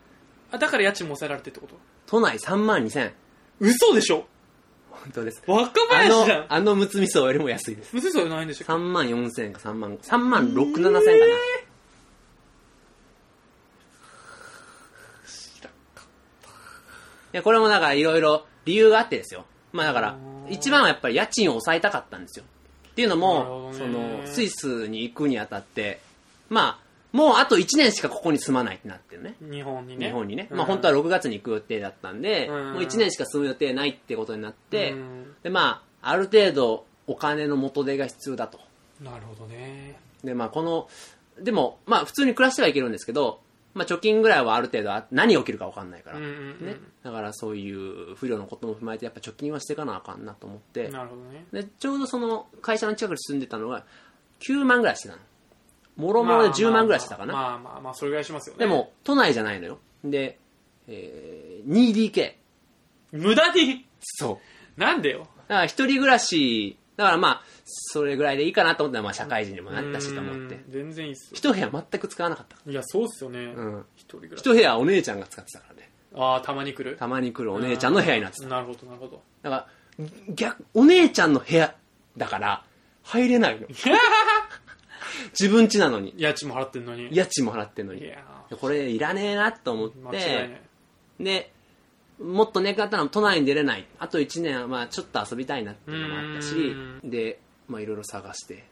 Speaker 1: あだから家賃も抑えられてってこと
Speaker 2: 都内3万2000
Speaker 1: 嘘でしょ
Speaker 2: 本当です
Speaker 1: 若
Speaker 2: あ
Speaker 1: 林じゃん
Speaker 2: のあのむつみそよりも安いです
Speaker 1: むずいそうじゃないんでしょ
Speaker 2: 3万4000か3万3万6 7 0 0 0かな、いやこれもだからいろいろ理由があってですよまあだから
Speaker 1: あー
Speaker 2: 一番はやっぱり家賃を抑えたかったんですよっていうのも、
Speaker 1: な
Speaker 2: そ
Speaker 1: るほどね
Speaker 2: のスイスに行くにあたってまあもうあと1年しかここに住まないってなってるね
Speaker 1: 日本にね
Speaker 2: 日本にね、
Speaker 1: うん
Speaker 2: まあ本当は6月に行く予定だったんで、
Speaker 1: うん
Speaker 2: もう1年しか住む予定ないってことになって、
Speaker 1: うん
Speaker 2: でまあある程度お金の元手が必要だと
Speaker 1: なるほどね
Speaker 2: でまあこのでもまあ普通に暮らしてはいけるんですけど、まあ、貯金ぐらいはある程度あ何起きるか分かんないから、
Speaker 1: うんうんうん
Speaker 2: ね、だからそういう不慮のことも踏まえてやっぱ貯金はしていかなあかんなと思って
Speaker 1: なるほどね
Speaker 2: でちょうどその会社の近くに住んでたのが9万ぐらいしてたのもろもろで10万ぐらいしてたかな、
Speaker 1: まあまあまあ、まあ、それぐらいしますよね
Speaker 2: でも都内じゃないのよで、えー 2DK
Speaker 1: 無駄に
Speaker 2: そう
Speaker 1: なんでよ
Speaker 2: だから一人暮らし、だからまあ、それぐらいでいいかなと思ったら、まあ社会人にもなったしと思って
Speaker 1: う。ん全然いいっすよ
Speaker 2: 一部屋全く使わなかったか
Speaker 1: いやそうっすよね、
Speaker 2: ら。うん。
Speaker 1: 一人ぐらい
Speaker 2: 一部屋お姉ちゃんが使ってたからね。
Speaker 1: ああたまに来る
Speaker 2: たまに来るお姉ちゃんの部屋になってた。
Speaker 1: なるほどなるほど
Speaker 2: だから、逆、お姉ちゃんの部屋だから、入れないの。 自分家なのに。
Speaker 1: 家賃も払ってんのに
Speaker 2: 家賃も払ってんの
Speaker 1: い
Speaker 2: に。
Speaker 1: や
Speaker 2: これいらねえなと思っ
Speaker 1: ー間違いな
Speaker 2: て
Speaker 1: い、
Speaker 2: で、もっと寝かったら都内に出れない。あと1年はまあちょっと遊びたいなっていうのもあったし
Speaker 1: うん、
Speaker 2: で、まあいろいろ探して。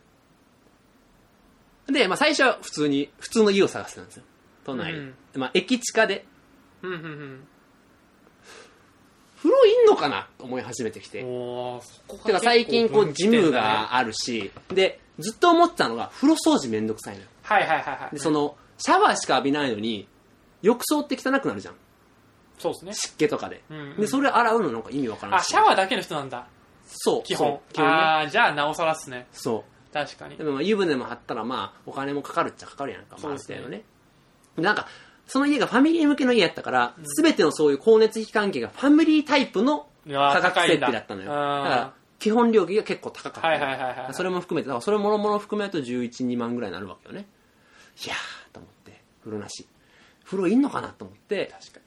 Speaker 2: で、まあ最初は普通に、普通の家を探してたんですよ。都内。
Speaker 1: うん
Speaker 2: まあ駅地下で、
Speaker 1: うんうん
Speaker 2: 風呂いんのかなと思い始めてき
Speaker 1: うん
Speaker 2: て。
Speaker 1: おーそこが
Speaker 2: てか最近こう
Speaker 1: 結
Speaker 2: ジ
Speaker 1: 構分岐点だね
Speaker 2: ムがあるし、で、ずっと思ってたのが風呂掃除めんどくさいのよ。
Speaker 1: はいはいはいはい
Speaker 2: で、その、シャワーしか浴びないのに、浴槽って汚くなるじゃん。
Speaker 1: そうですね
Speaker 2: 湿気とかで。
Speaker 1: うんうん
Speaker 2: で、それ洗うのなんか意味わからん
Speaker 1: あ
Speaker 2: し
Speaker 1: シャワーだけの人なんだ
Speaker 2: そう。
Speaker 1: 基
Speaker 2: そ
Speaker 1: 本
Speaker 2: う基本ね。
Speaker 1: ああじゃあなおさらっすね
Speaker 2: そ
Speaker 1: 確かに
Speaker 2: う。でもまあ湯船も張ったらまあお金もかかるっちゃかかるやんか、まあ、
Speaker 1: そう
Speaker 2: あ
Speaker 1: で
Speaker 2: る
Speaker 1: すね
Speaker 2: 程度ね。なんか、その家がファミリー向けの家やったから、すべてのそういう光熱費関係がファミリータイプの
Speaker 1: いやー
Speaker 2: 価格設定だったのよ。だ
Speaker 1: 高いんだ
Speaker 2: から、基本料金が結構高かったのよ。
Speaker 1: はいはいはいはいはい
Speaker 2: それも含めて、だからそれもろもろ含めると11、2万ぐらいになるわけよね。いやー、と思って、風呂なし。風呂いんのかなと思って、
Speaker 1: 確か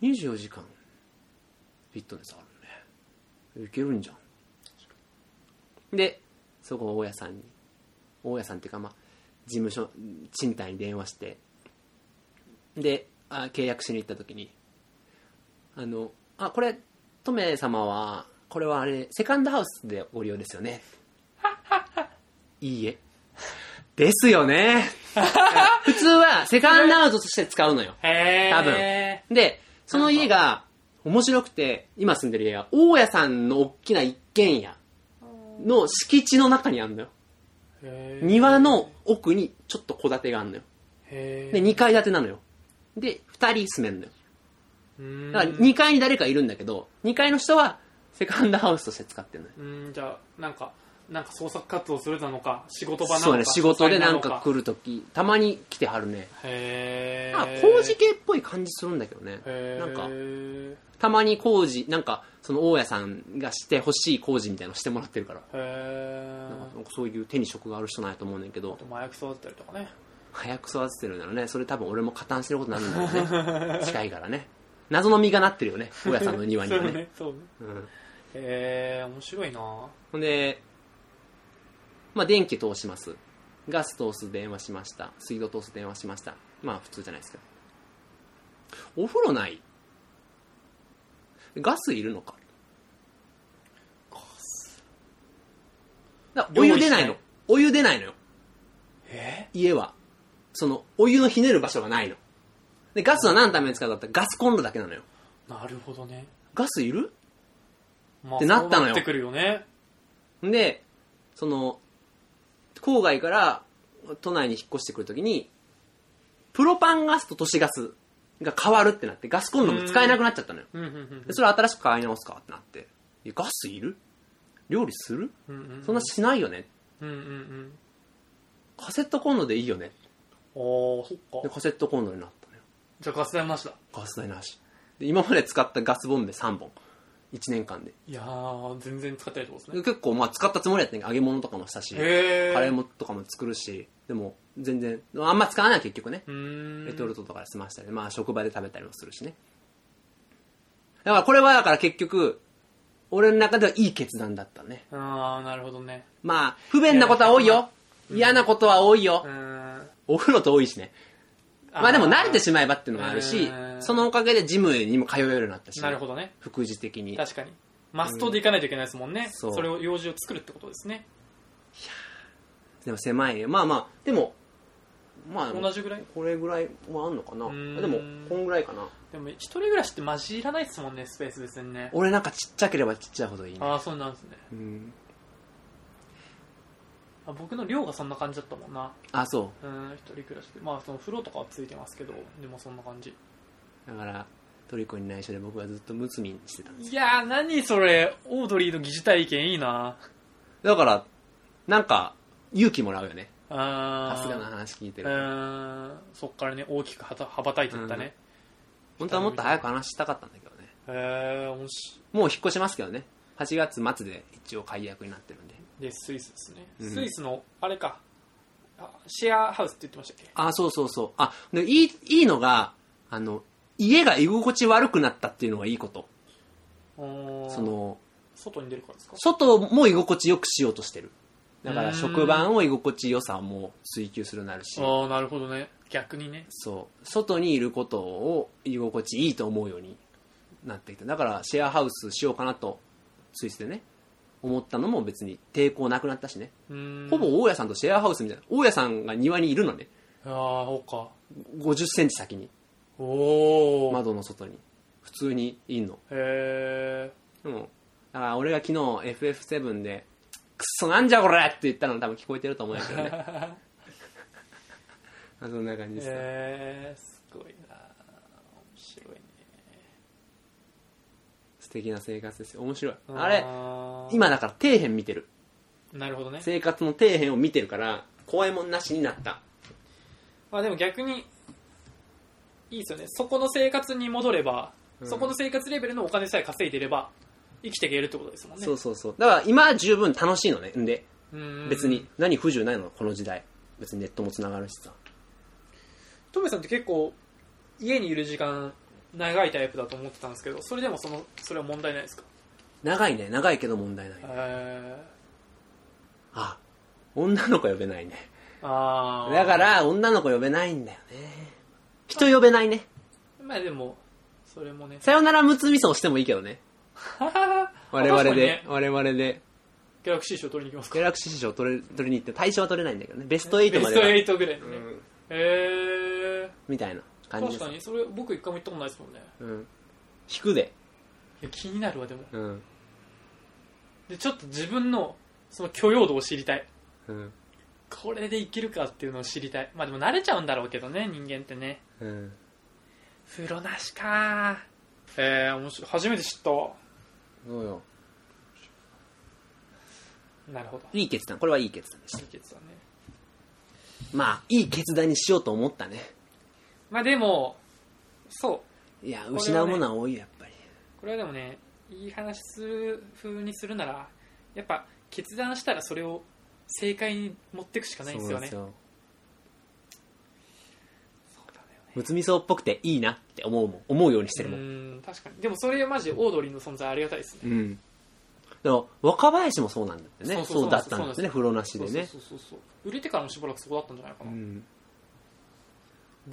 Speaker 1: に
Speaker 2: 24時間、フィットネスあるね。いけるんじゃん。で、そこを大家さんに、大家さんっていうか、まあ、事務所、賃貸に電話して、で、あ契約しに行った時に、あの、あ、これ、トメ様は、これはあれ、セカンドハウスでご利用ですよね。いいえ。ですよね。普通は、セカンドハウスとして使うのよ。
Speaker 1: へえ
Speaker 2: 多分で、その家が面白くて、今住んでる家が、大家さんの大きな一軒家の敷地の中にあるのよ。
Speaker 1: へー
Speaker 2: 庭の奥にちょっと戸建てがあるのよ。
Speaker 1: へ
Speaker 2: で、2階建てなのよ。で、2人住めるのよ。
Speaker 1: ー
Speaker 2: だから2階に誰かいるんだけど、2階の人はセカンドハウスとして使ってるのよ。
Speaker 1: うんじゃあなんかなんか創作活動するなのか仕事場なのか
Speaker 2: そうね、仕事でなん
Speaker 1: 書斎
Speaker 2: か
Speaker 1: の
Speaker 2: 来るとき、たまに来てはるね。
Speaker 1: へ
Speaker 2: あ
Speaker 1: え
Speaker 2: 工事系っぽい感じするんだけどね。
Speaker 1: へー
Speaker 2: なんか、たまに工事、なんか、その大家さんがしてほしい工事みたいなのしてもらってるから。
Speaker 1: へ
Speaker 2: なんか
Speaker 1: え
Speaker 2: そういう手に職がある人なんやと思うねんけど
Speaker 1: 麻薬育てたりとかね
Speaker 2: 早く育ててるんだろうねそれ多分俺も加担してることになるんだろう ね近いからね謎の実がなってるよね大家さんの庭には
Speaker 1: そう
Speaker 2: ね
Speaker 1: ねそうね
Speaker 2: うん
Speaker 1: へえ面白いな
Speaker 2: ほんで、まあ、電気通しますガス通す電話しました水道通す電話しましたまあ普通じゃないですけどお風呂ないガスいるのかだからお湯出ない
Speaker 1: 用意しな
Speaker 2: の
Speaker 1: い
Speaker 2: お湯出ないのよ
Speaker 1: え
Speaker 2: 家は、その、お湯のひねる場所がないの。で、ガスは何のために使うかってガスコンロだけなのよ。
Speaker 1: なるほどね
Speaker 2: ガスいる
Speaker 1: まあ
Speaker 2: ってなった
Speaker 1: そ
Speaker 2: のよ
Speaker 1: うってくるよね
Speaker 2: んで、その、郊外から都内に引っ越してくるときに、プロパンガスと都市ガスが変わるってなって、ガスコンロも使えなくなっちゃったのよ。
Speaker 1: うんうんうん
Speaker 2: で、それ新しく買い直すかってなって。いやガスいる料理する
Speaker 1: うんうんうん
Speaker 2: そんなしないよね。
Speaker 1: うんうんうん
Speaker 2: カセットコンロでいいよね。
Speaker 1: おーそっ
Speaker 2: で、
Speaker 1: か
Speaker 2: カセットコンロになったのよ。
Speaker 1: じゃあガス代もなしだ
Speaker 2: ガス代なし。で、今まで使ったガスボンベ3本。 1年間で
Speaker 1: いやー、全然使ってないとこですね。
Speaker 2: 結構まあ使ったつもりやったんやけど揚げ物とかもしたしカ
Speaker 1: へー。
Speaker 2: レーもとかも作るしでも全然あんま使わない結局ね
Speaker 1: うーん。
Speaker 2: レトルトとかで済ましたり、まあ職場で食べたりもするしね。だからこれはだから結局、俺の中ではいい決断だったね。
Speaker 1: あー、なるほどね。
Speaker 2: まあ、不便なことは多いよ。嫌なことは多いうよ
Speaker 1: ー。ん。
Speaker 2: お風呂と多いしね。まあでも慣れて
Speaker 1: し
Speaker 2: しまえばっていうのもあるし
Speaker 1: う、ん
Speaker 2: そのおかげでジムにも通えるようになったし、
Speaker 1: なるほどね。
Speaker 2: 副次的に。
Speaker 1: 確かに。マストでいかないといけないですもんね。
Speaker 2: そう
Speaker 1: それを、用事を作るってことですね。
Speaker 2: でも狭いよ。まあまあ、でも、ま
Speaker 1: 同
Speaker 2: あ、
Speaker 1: じぐらい
Speaker 2: これぐらいもあんのかな。
Speaker 1: うん
Speaker 2: でも、こんぐらいかな。
Speaker 1: でも、一人暮らしってマジいらないですもんね、スペース別にね。
Speaker 2: 俺なんかちっちゃければちっちゃいほどいいね。
Speaker 1: ああ、そうなんですね。
Speaker 2: うん
Speaker 1: あ僕の寮がそんな感じだったもんな。
Speaker 2: あ、そう。
Speaker 1: うん、一人暮らしで。まあ、その風呂とかはついてますけど、でもそんな感じ。
Speaker 2: だからトリコに内緒で僕はずっとムツミンしてたんです
Speaker 1: いやー、何それ、オードリーの疑似体験いいな
Speaker 2: だからなんか勇気もらうよね
Speaker 1: あ
Speaker 2: さ
Speaker 1: ー
Speaker 2: すがの話聞いて
Speaker 1: う
Speaker 2: ると
Speaker 1: ーん、そっからね、大きくはた羽ばたいていったね。
Speaker 2: 本当はもっと早く話したかったんだけどね
Speaker 1: へー、面白い。
Speaker 2: もう引っ越しますけどね8月末で一応解約になってるんで
Speaker 1: で、スイスですね。
Speaker 2: うん
Speaker 1: スイスの、あれかあ、シェアハウスって言ってましたっけ
Speaker 2: あそうそうそうあでいいいいのがあの家が居心地悪くなったっていうのがいいこと
Speaker 1: うーん
Speaker 2: その
Speaker 1: 外に出るからですか
Speaker 2: 外も居心地よくしようとしてるだか
Speaker 1: う
Speaker 2: ら
Speaker 1: ん
Speaker 2: 職場を居心地良さも追求するようになるし
Speaker 1: ああ、なるほどね。逆にね。
Speaker 2: そう外にいることを居心地いいと思うようになってきただからシェアハウスしようかなとスイスでね思ったのも別に抵抗なくなったしね、
Speaker 1: うーん。
Speaker 2: ほぼ大家さんとシェアハウスみたいな大家さんが庭にいるのね
Speaker 1: ああ、そうか。
Speaker 2: 5 0ンチ先に
Speaker 1: おお。
Speaker 2: 窓の外に普通にいんの
Speaker 1: へえ。
Speaker 2: でもだから俺が昨日 FF7 で「くっそなんじゃこれ!」って言ったの多分聞こえてると思うんだけどね まあそんな感じですね、
Speaker 1: えー、すごいな面白いね。
Speaker 2: 素敵な生活ですよ面白いあれ
Speaker 1: あれ、
Speaker 2: 今だから底辺見てる
Speaker 1: なるほどね。
Speaker 2: 生活の底辺を見てるから怖いもんなしになった
Speaker 1: まあでも逆に、いいですよね。そこの生活に戻れば、
Speaker 2: うん
Speaker 1: そこの生活レベルのお金さえ稼いでいれば、生きていけるってことですもんね。
Speaker 2: そうそうそうだから今は十分楽しいのねんで
Speaker 1: うん
Speaker 2: 別に。何不自由ないのこの時代別にネットもつながるしさ
Speaker 1: トメさんって結構、家にいる時間、長いタイプだと思ってたんですけど、それでもその、それは問題ないですか
Speaker 2: 長いね長いけど問題ない
Speaker 1: え
Speaker 2: あ女の子呼べないね
Speaker 1: ー、あー
Speaker 2: だか、ら女の子呼べないんだよね人呼べないね
Speaker 1: まあでも、それも ね。
Speaker 2: さよならむつみそをしてもいいけどね我々
Speaker 1: 確か
Speaker 2: で、
Speaker 1: にね
Speaker 2: 我々で
Speaker 1: ギャラクシー賞取りに行きますか
Speaker 2: ギャラクシー賞取れ取りに行って大賞は取れないんだけどねベスト
Speaker 1: ベ
Speaker 2: 8ま
Speaker 1: ス
Speaker 2: で
Speaker 1: ト8
Speaker 2: は
Speaker 1: ぐらいの
Speaker 2: う
Speaker 1: ね。
Speaker 2: ん
Speaker 1: へえ
Speaker 2: みたいな
Speaker 1: ー。
Speaker 2: 感
Speaker 1: 確
Speaker 2: じです
Speaker 1: かに、それ僕一回も行ったことないですもんね。
Speaker 2: うん引くで
Speaker 1: いや、気になるわ、でも。
Speaker 2: うん
Speaker 1: で、ちょっと自分の、その許容度を知りたい。
Speaker 2: うん
Speaker 1: これでいけるかっていうのを知りたい。まあでも慣れちゃうんだろうけどね、人間ってね。
Speaker 2: うん
Speaker 1: 風呂なしかー。えー、面白い。初めて知ったわ。
Speaker 2: そうよ
Speaker 1: なるほど。
Speaker 2: いい決断これはいい決断でした
Speaker 1: いい決断ね。
Speaker 2: まあいい決断にしようと思ったね
Speaker 1: まあでも、そう。
Speaker 2: いや
Speaker 1: ね
Speaker 2: 失うものは多いよやっぱり
Speaker 1: これはでもねいい話する風にするならやっぱ決断したらそれを正解に持っていくしかないんですよねそう
Speaker 2: よ
Speaker 1: だよ
Speaker 2: むつみそうっぽくていいなって思うもん思うようにしてるも
Speaker 1: ねうんーん確かにでもそれマジでオードリーの存在ありがたいですね
Speaker 2: うんでも若林もそうなんだって
Speaker 1: そ
Speaker 2: ね
Speaker 1: うそうそう
Speaker 2: そうだったんですね
Speaker 1: そ
Speaker 2: 風呂なしでね
Speaker 1: そうそうそうそう売れてからもしばらくそこだったんじゃないか
Speaker 2: う
Speaker 1: な、
Speaker 2: ん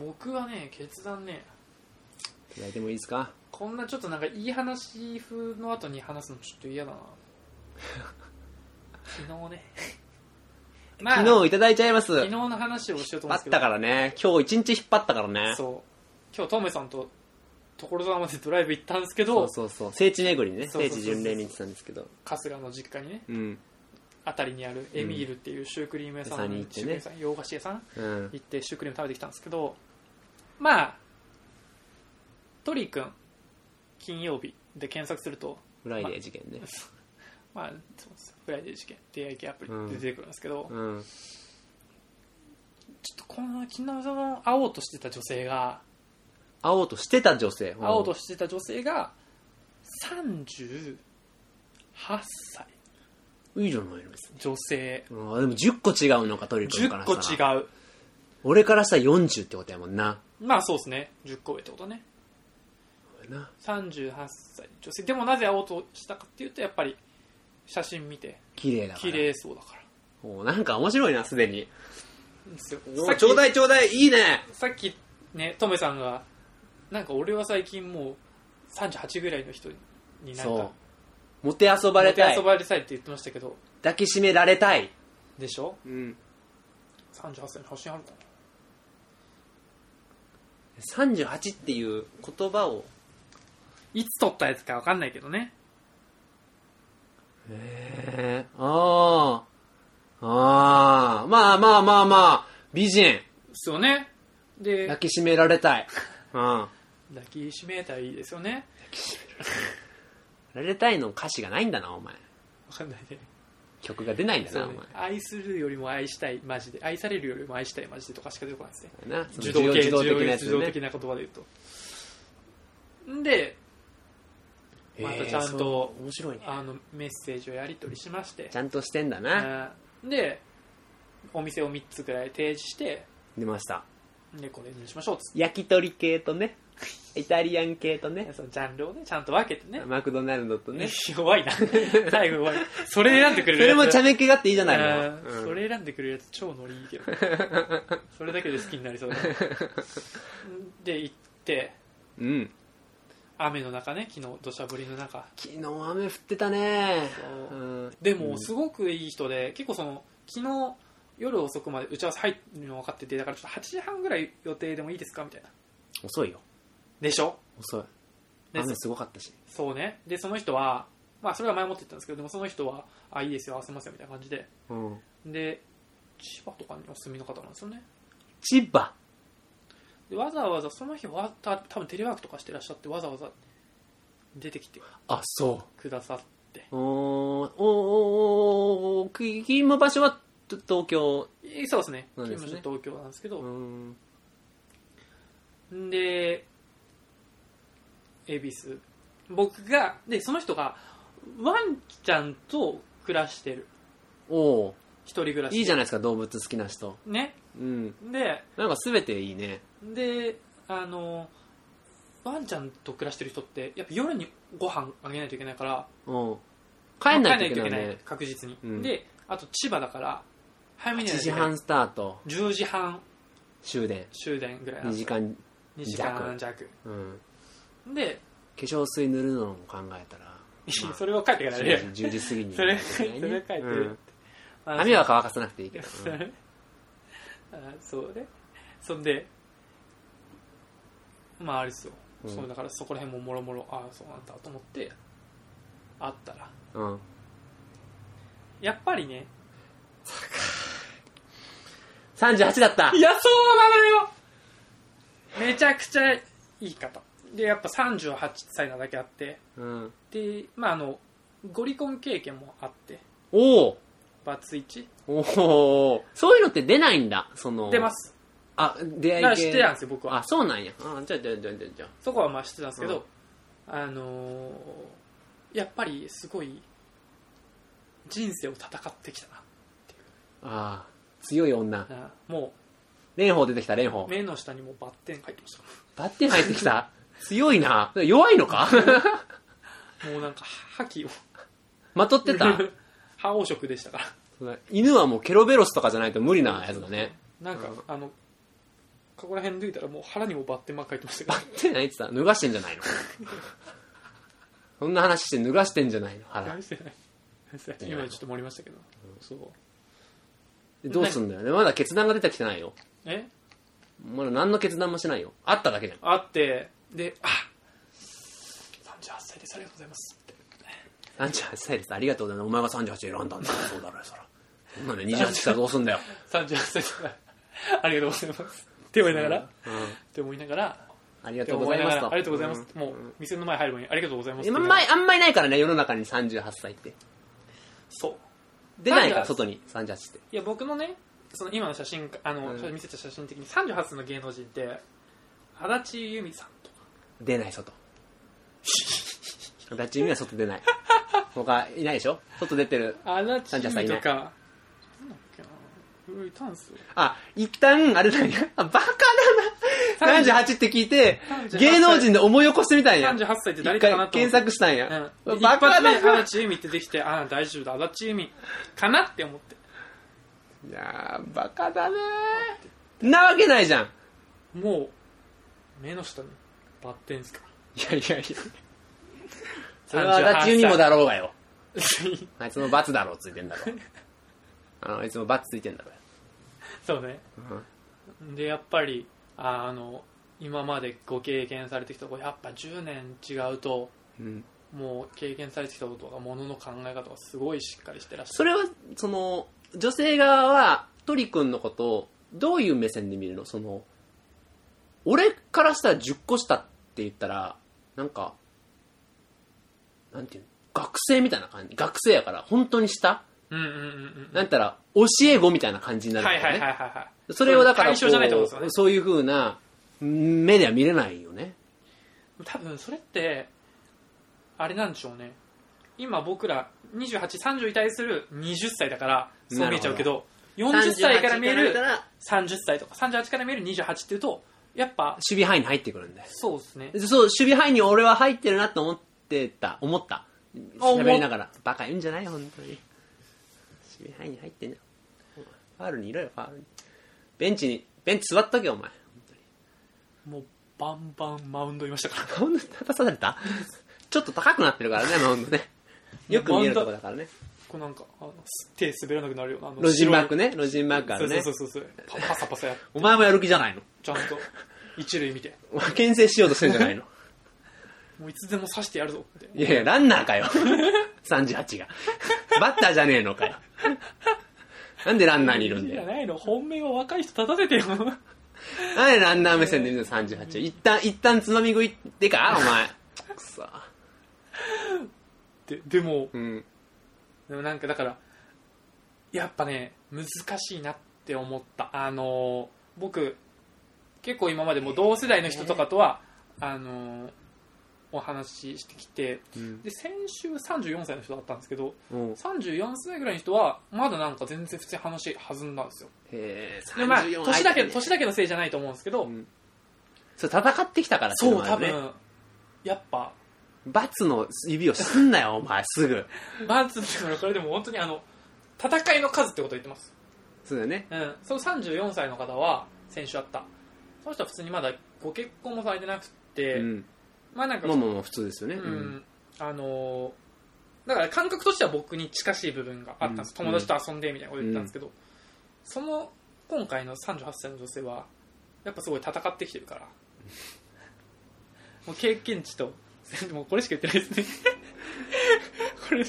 Speaker 1: 僕はね決断ね
Speaker 2: いただいてもいいですか
Speaker 1: こんなちょっとなんかいい話風の後に話すのちょっと嫌だな 昨日 ねまあ
Speaker 2: 昨日いただいちゃいます
Speaker 1: 昨日の話をしようと思
Speaker 2: あ
Speaker 1: うんです
Speaker 2: っ
Speaker 1: けど
Speaker 2: たからね今日一日引っ張ったからねそう
Speaker 1: そう今日トムさんと所沢までドライブ行ったんですけど
Speaker 2: そうそう聖地巡りにね
Speaker 1: そうそう
Speaker 2: 聖
Speaker 1: そうそう
Speaker 2: 地巡礼に行ってたんですけど
Speaker 1: 春日の実家にね
Speaker 2: うん
Speaker 1: 辺りにあるエミールっていうシュークリーム屋さん,、
Speaker 2: うん屋さんに行っ
Speaker 1: シュークリ
Speaker 2: てね
Speaker 1: ーム屋さん洋菓子屋さん
Speaker 2: うん
Speaker 1: 行ってシュークリーム食べてきたんですけどまあトリー君金曜日で検索すると
Speaker 2: フライデー事件ね
Speaker 1: まあそうですフライデー事件出会い系アプリで出てくるんですけど、ちょ
Speaker 2: うん
Speaker 1: っとこの昨日その会おうとしてた女性が
Speaker 2: 会おうとしてた女性
Speaker 1: 会おうと
Speaker 2: し
Speaker 1: してた女性が38歳
Speaker 2: いいじゃないの別に
Speaker 1: 女性
Speaker 2: うんでも10個違うのかトリコ
Speaker 1: 10
Speaker 2: からさ
Speaker 1: 個違う
Speaker 2: 俺からしたら40ってことやもんな
Speaker 1: まあそうですね10個上ってことね
Speaker 2: な
Speaker 1: 38歳女性でもなぜ会おうとしたかっていうとやっぱり写真見て
Speaker 2: 綺麗だから
Speaker 1: 綺麗そうだから
Speaker 2: おなんか面白いなすでに
Speaker 1: ですよ
Speaker 2: お
Speaker 1: さっき
Speaker 2: ちょうだいちょうだいいいね
Speaker 1: さっきねトメさんがなんか俺は最近もう38ぐらいの人になん
Speaker 2: そ
Speaker 1: か
Speaker 2: うもてあそばれ
Speaker 1: 手
Speaker 2: たい
Speaker 1: 遊ばれたいって言ってましたけど
Speaker 2: 抱きしめられたい
Speaker 1: でしょ
Speaker 2: うん
Speaker 1: 38歳の写真あるかな
Speaker 2: 38っていう言葉を
Speaker 1: いつ撮ったやつかわかんないけどね
Speaker 2: へえああああまあまあまあまあ美人
Speaker 1: ですよねで
Speaker 2: 抱きしめられ たいうん抱
Speaker 1: 抱きしめたらいいですよね
Speaker 2: きしめられたいの歌詞がないんだなお前
Speaker 1: わかんないね
Speaker 2: 曲が出ないんだ
Speaker 1: そ
Speaker 2: な
Speaker 1: う
Speaker 2: お
Speaker 1: ね愛するよりも愛したいマジで愛されるよりも愛したいマジでとかしか出てこないですね
Speaker 2: 前なその
Speaker 1: 受動系
Speaker 2: 受動的なやつ
Speaker 1: 受動
Speaker 2: ね
Speaker 1: 的な言葉で言うとんでまたちゃんと
Speaker 2: へえそう面白いね
Speaker 1: あのメッセージをやり取りしまして
Speaker 2: ちゃんとしてんだな
Speaker 1: うんでお店を3つぐらい提示して
Speaker 2: 出ました
Speaker 1: でこれにしましょうっつっ
Speaker 2: 焼き鳥系と ねイタリアン系とね
Speaker 1: てそのジャンルをねちゃんと分けてね
Speaker 2: マクドナルドとね
Speaker 1: 弱い な最後弱いそれ選んでく
Speaker 2: そ
Speaker 1: れる
Speaker 2: れもちゃ
Speaker 1: ん
Speaker 2: めっ気があっていいじゃないの、うん
Speaker 1: それ選んでくれるやつ超ノリいいけど それだけで好きになりそうだで行って
Speaker 2: うん
Speaker 1: 雨の中ね昨日土砂降りの中
Speaker 2: 昨日雨降ってたね
Speaker 1: そう
Speaker 2: うん
Speaker 1: で
Speaker 2: うん
Speaker 1: もすごくいい人で、結構その昨日夜遅くまで打ち合わせ入るの分かっててだからちょっと8時半ぐらい予定でもいいですかみたいな
Speaker 2: 遅いよ
Speaker 1: でしょ
Speaker 2: 遅い
Speaker 1: で
Speaker 2: 雨すごかったし
Speaker 1: そうねでその人はまあそれは前もって言ったんですけどでもその人はあいいですよ合わせますよみたいな感じで
Speaker 2: うん
Speaker 1: で千葉とかにお住みの方なんですよね
Speaker 2: 千葉
Speaker 1: でわざわざその日わた多分テレワークとかしてらっしゃってわざわざ出てきて
Speaker 2: あそ
Speaker 1: くださっ
Speaker 2: うおーおーおーおーき勤務場所はと東京
Speaker 1: てそうですね
Speaker 2: そう
Speaker 1: 勤
Speaker 2: ですね
Speaker 1: 務所東京なんですけど、
Speaker 2: ん
Speaker 1: で恵比寿僕がでその人がワンちゃんと暮らしてる
Speaker 2: おお
Speaker 1: 一人暮らし
Speaker 2: いいじゃないですか動物好きな人
Speaker 1: ね
Speaker 2: うん
Speaker 1: で
Speaker 2: なんか全ていいね
Speaker 1: であのワンちゃんと暮らしてる人ってやっぱ夜にご飯あげないといけないから
Speaker 2: うん帰んないといけない
Speaker 1: 帰ん
Speaker 2: ね
Speaker 1: 確実に、
Speaker 2: うん
Speaker 1: であと千葉だから早めにやら
Speaker 2: 1
Speaker 1: ないとい
Speaker 2: 時
Speaker 1: けない
Speaker 2: 半スタート
Speaker 1: 10時半
Speaker 2: 終電
Speaker 1: 終電ぐらいな
Speaker 2: 2
Speaker 1: んです
Speaker 2: 時
Speaker 1: よ
Speaker 2: 間、
Speaker 1: 2時間弱
Speaker 2: うん、
Speaker 1: で
Speaker 2: 化粧水塗るのも考えたら、
Speaker 1: それを帰ってからね
Speaker 2: 10時10時過ぎに
Speaker 1: それそれ書いてるって、
Speaker 2: うん
Speaker 1: あの
Speaker 2: 髪は乾かさなくていいけど、
Speaker 1: そ
Speaker 2: うん
Speaker 1: れあそうねそんでまああれですよ、
Speaker 2: うん
Speaker 1: そうだからそこら辺ももろもろああそうなんだと思って会ったら
Speaker 2: うん、
Speaker 1: やっぱりね
Speaker 2: 38 だった
Speaker 1: いやそうなのよめちゃくちゃいい方でやっぱ38歳なだけあって
Speaker 2: うん、
Speaker 1: でまああのゴリコン経験もあって
Speaker 2: おー
Speaker 1: バツイチ
Speaker 2: おおそういうのって出ないんだその
Speaker 1: 出ます
Speaker 2: あ出
Speaker 1: だ
Speaker 2: 会
Speaker 1: から
Speaker 2: い系
Speaker 1: 知ってたんですよ僕は
Speaker 2: あそうなんやあじゃあじゃあじゃあじゃあじゃあ
Speaker 1: そこはまあ知ってたんですけど、あのーやっぱりすごい人生を戦ってきた
Speaker 2: あー強い女
Speaker 1: な、うんも
Speaker 2: 蓮舫出てきた蓮
Speaker 1: う
Speaker 2: 舫
Speaker 1: 目の下にもうバッテン入ってまし
Speaker 2: バッテン入ってきた強いな弱いのか
Speaker 1: たもうなんか覇気を
Speaker 2: まとってた
Speaker 1: 覇王色でしたから
Speaker 2: 犬はもうケロベロスとかじゃないと無理なやつだね
Speaker 1: なんか、
Speaker 2: うん
Speaker 1: あのここら辺抜いたらもう腹にもバッテンばっか入ってました
Speaker 2: バ
Speaker 1: か
Speaker 2: ッテン入ってた脱がしてんじゃないのそんな話して脱がしてんじゃないの
Speaker 1: ら
Speaker 2: 腹
Speaker 1: 何してない何して ない今ちょっと盛りましたけど、そう
Speaker 2: でどうすんだよねまだ決断が出てきてないよ
Speaker 1: え
Speaker 2: まだ何の決断もしてないよあっただけじゃん
Speaker 1: あってであ38歳ですありがとうございますって
Speaker 2: 38歳ですありがとうございますお前が38選んだんだからそうだろうよそらそんなの28したらどうすんだよ、
Speaker 1: 38歳からありがとうございますって思いながら、っ
Speaker 2: うん、
Speaker 1: て思いながら
Speaker 2: ありが
Speaker 1: って
Speaker 2: とう
Speaker 1: 思
Speaker 2: ござ
Speaker 1: い
Speaker 2: い
Speaker 1: な
Speaker 2: ま
Speaker 1: が
Speaker 2: す
Speaker 1: ら
Speaker 2: と
Speaker 1: ありがとうございます、
Speaker 2: ん
Speaker 1: もう店の前入る前にありがとうございます
Speaker 2: あんまりあんまりないからね世の中に38歳って
Speaker 1: そう
Speaker 2: 出ないから
Speaker 1: 38
Speaker 2: 外に38って
Speaker 1: いや僕のねその今の写真あの、
Speaker 2: うん
Speaker 1: 見せた写真的に38歳の芸能人 って足立由美さんとか
Speaker 2: 出ない外足立由美は外出ない他いないでしょ外出てる
Speaker 1: あらち
Speaker 2: サンチャさんい
Speaker 1: と
Speaker 2: ない
Speaker 1: かなんだっけなうわいたんすよ
Speaker 2: あ一旦あれなんやあバカだな38って聞いて
Speaker 1: 38
Speaker 2: 芸能人で思い起こしてみたんや
Speaker 1: 38歳って誰
Speaker 2: 一回
Speaker 1: かなと思
Speaker 2: 検
Speaker 1: って
Speaker 2: 索したんや、
Speaker 1: うん、一
Speaker 2: バカ
Speaker 1: 発
Speaker 2: だ
Speaker 1: 目
Speaker 2: な
Speaker 1: 足立由美ってできてああ大丈夫だ足立由美かなって思って
Speaker 2: いやーバカだなーなわけないじゃん
Speaker 1: もう目の下にバッテンすか
Speaker 2: いやいやい やそ
Speaker 1: ら
Speaker 2: れは足立由美もだろうがよ
Speaker 1: 38
Speaker 2: あいつも罰だろうついてんだろ あのあいつも罰ついてんだろ
Speaker 1: そうね
Speaker 2: うん
Speaker 1: でやっぱりああの今までご経験されてきたことやっぱ10年違うと
Speaker 2: うん
Speaker 1: もう経験されてきたことがものの考え方がすごいしっかりしてらっしゃ
Speaker 2: それはその女性側はトリ君のことをどういう目線で見るのその俺からしたら10個下って言ったらなんかなんていうの学生みたいな感じ学生やから本当に下
Speaker 1: るうんうんうんうん
Speaker 2: なんたら教え子みたいな感じになるか
Speaker 1: はい
Speaker 2: らね、
Speaker 1: はいはいはいはい
Speaker 2: それをだから
Speaker 1: 対象じゃないってことですよね
Speaker 2: こうそういう風な目では見れないよね
Speaker 1: 多分それってあれなんでしょうね今僕ら2830に対する20歳だからそう見えちゃうけど40歳から見え
Speaker 2: 38
Speaker 1: る
Speaker 2: から
Speaker 1: 30歳とか38から見える28っていうとやっぱ
Speaker 2: 守備範囲に入ってくるんで
Speaker 1: そうですね
Speaker 2: そう守備範囲に俺は入ってるなと思ってた思った
Speaker 1: あ思っ
Speaker 2: 喋りながらバカ言うんじゃないよ本当に守備範囲に入ってんじゃんファールにいろよファールにベンチにベンチ座っとけよお前
Speaker 1: もうバンバンマウンドいましたから
Speaker 2: マウンド立たされたちょっと高くなってるからねマウンドねよく見えるとこだからね
Speaker 1: こうなんかあの手滑らなくなるようなあの
Speaker 2: ロジンマークねロジンマークあ
Speaker 1: 白
Speaker 2: る
Speaker 1: い
Speaker 2: ね
Speaker 1: そうそうそうそうパパサパサやる
Speaker 2: お前もやる気じゃないの
Speaker 1: ちゃんと一塁見て
Speaker 2: お前牽制しようとしてるんじゃないの
Speaker 1: もういつでも刺してやるぞって
Speaker 2: いやいやランナ ーかよ38がバッターじゃねえのかよなんでランナーにいるんだ
Speaker 1: じ
Speaker 2: よ
Speaker 1: ゃないの本命は若い人立たせてよ
Speaker 2: なんでランナー目線で見るの38一旦、一旦つまみ食いってかお 前。くそ。
Speaker 1: ででも
Speaker 2: うん。
Speaker 1: でもなんかだからやっぱね難しいなって思ったあのー僕結構今までも同世代の人とかとは、あのーお話ししてきて
Speaker 2: うん。
Speaker 1: で先週34歳の人だったんですけど
Speaker 2: へ
Speaker 1: 34歳ぐらいの人はまだなんか全然普通に話弾んだんですよ
Speaker 2: え、
Speaker 1: でまあ
Speaker 2: 34
Speaker 1: 年だけ
Speaker 2: 入ってね
Speaker 1: 年だけのせいじゃないと思うんですけど、
Speaker 2: うんそう、戦ってきたからって
Speaker 1: そ
Speaker 2: い
Speaker 1: う
Speaker 2: の
Speaker 1: う
Speaker 2: もあ
Speaker 1: 多
Speaker 2: るね
Speaker 1: 分やっぱ
Speaker 2: 罰の指をすんなよ、お前、すぐ。
Speaker 1: バンツっていうのはこれでも本当にあの戦いの数ってことを言ってます
Speaker 2: そうだよね。
Speaker 1: うん、その34歳の方は先週あったその人は普通にまだご結婚もされてなくて、
Speaker 2: うん。
Speaker 1: まあなんか、
Speaker 2: まあまあまあ、普通ですよね。
Speaker 1: う
Speaker 2: うん
Speaker 1: ん、あのーだから感覚としては僕に近しい部分があったんです、
Speaker 2: うん
Speaker 1: 友達と遊んでみたいなこと言ってたんですけど、その今回の38歳の女性はやっぱすごい戦ってきてるからもう経験値と もうこれしか言ってないですね これ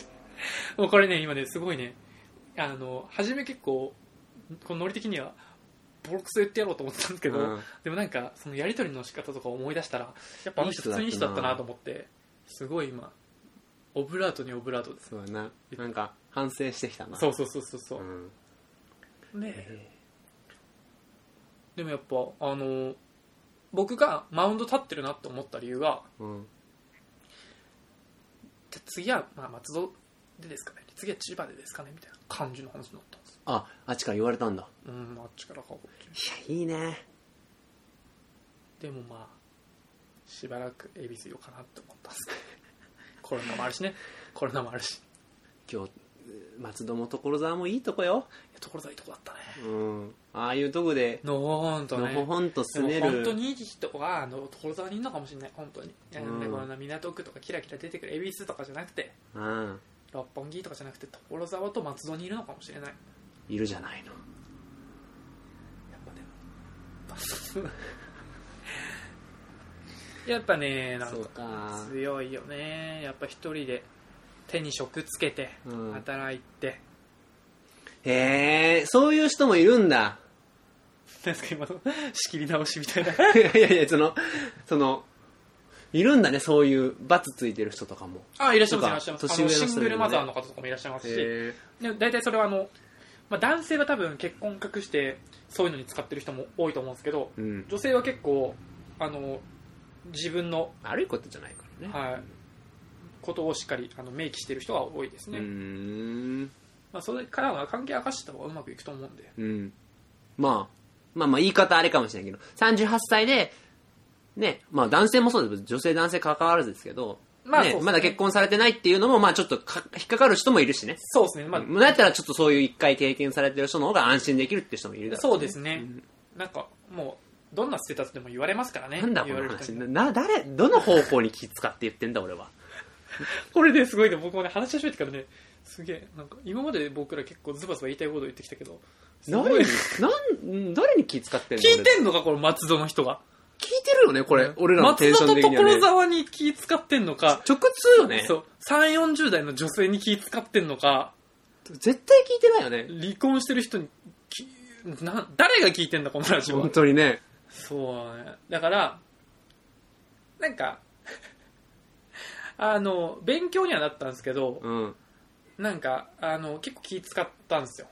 Speaker 1: もうこれね今ねすごいねあの初め結構このノリ的にはボロクソ言ってやろうと思ってたんですけど、
Speaker 2: うん
Speaker 1: でもなんかそのやり取りの仕方とか思い出したらやっぱあの人普通にいい人だったなと思ってすごい今オブラートにオブラートです
Speaker 2: そうだな。なんか、反省してきたな。
Speaker 1: そうそうそうそうそうう、
Speaker 2: ん。
Speaker 1: ででもやっぱあの僕がマウンド立ってるなって思った理由が
Speaker 2: うん。
Speaker 1: じゃあ次は、まあ、松戸でですかね次は千葉でですかねみたいな感じの話になったんです
Speaker 2: あ、あっちから言われたんだ。
Speaker 1: うんあっちからかこっち
Speaker 2: いや、いいね。
Speaker 1: でもまあしばらく恵比寿いようかなって思ったん ですけどコロナもあるしねコロナもあるしい
Speaker 2: 今日、松戸も所沢もいいとこよ。
Speaker 1: や所沢いいとこだったね
Speaker 2: うん。ああいうとこで、
Speaker 1: のほほんと
Speaker 2: の
Speaker 1: ね
Speaker 2: ほほんと
Speaker 1: で
Speaker 2: 住
Speaker 1: も
Speaker 2: め
Speaker 1: 本
Speaker 2: る。
Speaker 1: 当にいい人はあの所沢にいるのかもしれない本当に、あのね
Speaker 2: うん
Speaker 1: こんな港区とかキラキラ出てくる恵比寿とかじゃなくて
Speaker 2: うん。
Speaker 1: 六本木とかじゃなくて所沢と松戸にいるのかもしれない
Speaker 2: いるじゃないの。
Speaker 1: やっぱでも松戸やっぱねなんか
Speaker 2: か
Speaker 1: 強いよねやっぱ一人で手に職つけて
Speaker 2: うん
Speaker 1: 働いて、
Speaker 2: へえ、そういう人もいるんだ。
Speaker 1: なんか今の仕切り直しみたいな
Speaker 2: いやいや、その、その、いるんだね、そういう、罰ついてる人とかも。
Speaker 1: あいらっしゃいますいらっしゃいますあ
Speaker 2: 年上
Speaker 1: の
Speaker 2: の人
Speaker 1: シングルマザー
Speaker 2: いる
Speaker 1: の方とかもいらっしゃいますし、
Speaker 2: へ
Speaker 1: で大体それはあの、まあ、男性は多分結婚隠してそういうのに使ってる人も多いと思うんですけど
Speaker 2: え。うん。
Speaker 1: 女性は結構あの自分の、
Speaker 2: 悪いことじゃないからね。
Speaker 1: はい、ことをしっかりあの明記してる人が多いですね、
Speaker 2: うん
Speaker 1: まあ、それからは関係明かしてた方がうまくいくと思うんで
Speaker 2: うんまあまあまあ言い方あれかもしれないけど38歳でねまあ男性もそうです女性男性関わらずですけど、
Speaker 1: まあ
Speaker 2: ね
Speaker 1: そうですね
Speaker 2: まだ結婚されてないっていうのもまあちょっとか引っかかる人もいるしね
Speaker 1: そうですね、まあ
Speaker 2: うんだったらちょっとそういう一回経験されてる人の方が安心できるって人もいるだろ
Speaker 1: そうですね、
Speaker 2: ん
Speaker 1: なんかもうどんなステータスでも言われますからね
Speaker 2: なんだこ
Speaker 1: 言わ
Speaker 2: の
Speaker 1: れると
Speaker 2: 話なな誰どの方向に気使って言ってんだ俺は
Speaker 1: これですごいね僕もね話し始めてからねすげえなんか今まで僕ら結構ズバズバ言いたいこと言ってきたけどすご
Speaker 2: 誰
Speaker 1: い
Speaker 2: になん誰に気使ってんの
Speaker 1: 聞い
Speaker 2: 俺
Speaker 1: てんのかこの松戸の人が
Speaker 2: 聞いてるよねこれ、俺らのテンション的に
Speaker 1: 松
Speaker 2: は、
Speaker 1: 戸と、
Speaker 2: ね
Speaker 1: 所沢に気使ってんのか
Speaker 2: 直通よね
Speaker 1: そう3 4 0代の女性に気使ってんのか
Speaker 2: 絶対聞いてないよね
Speaker 1: 離婚してる人にきな誰が聞いてんだこのラジオは
Speaker 2: 本当にね
Speaker 1: そうねだからなんか あの勉強にはなったんですけど
Speaker 2: うん
Speaker 1: なんかあの結構気使ったんですよ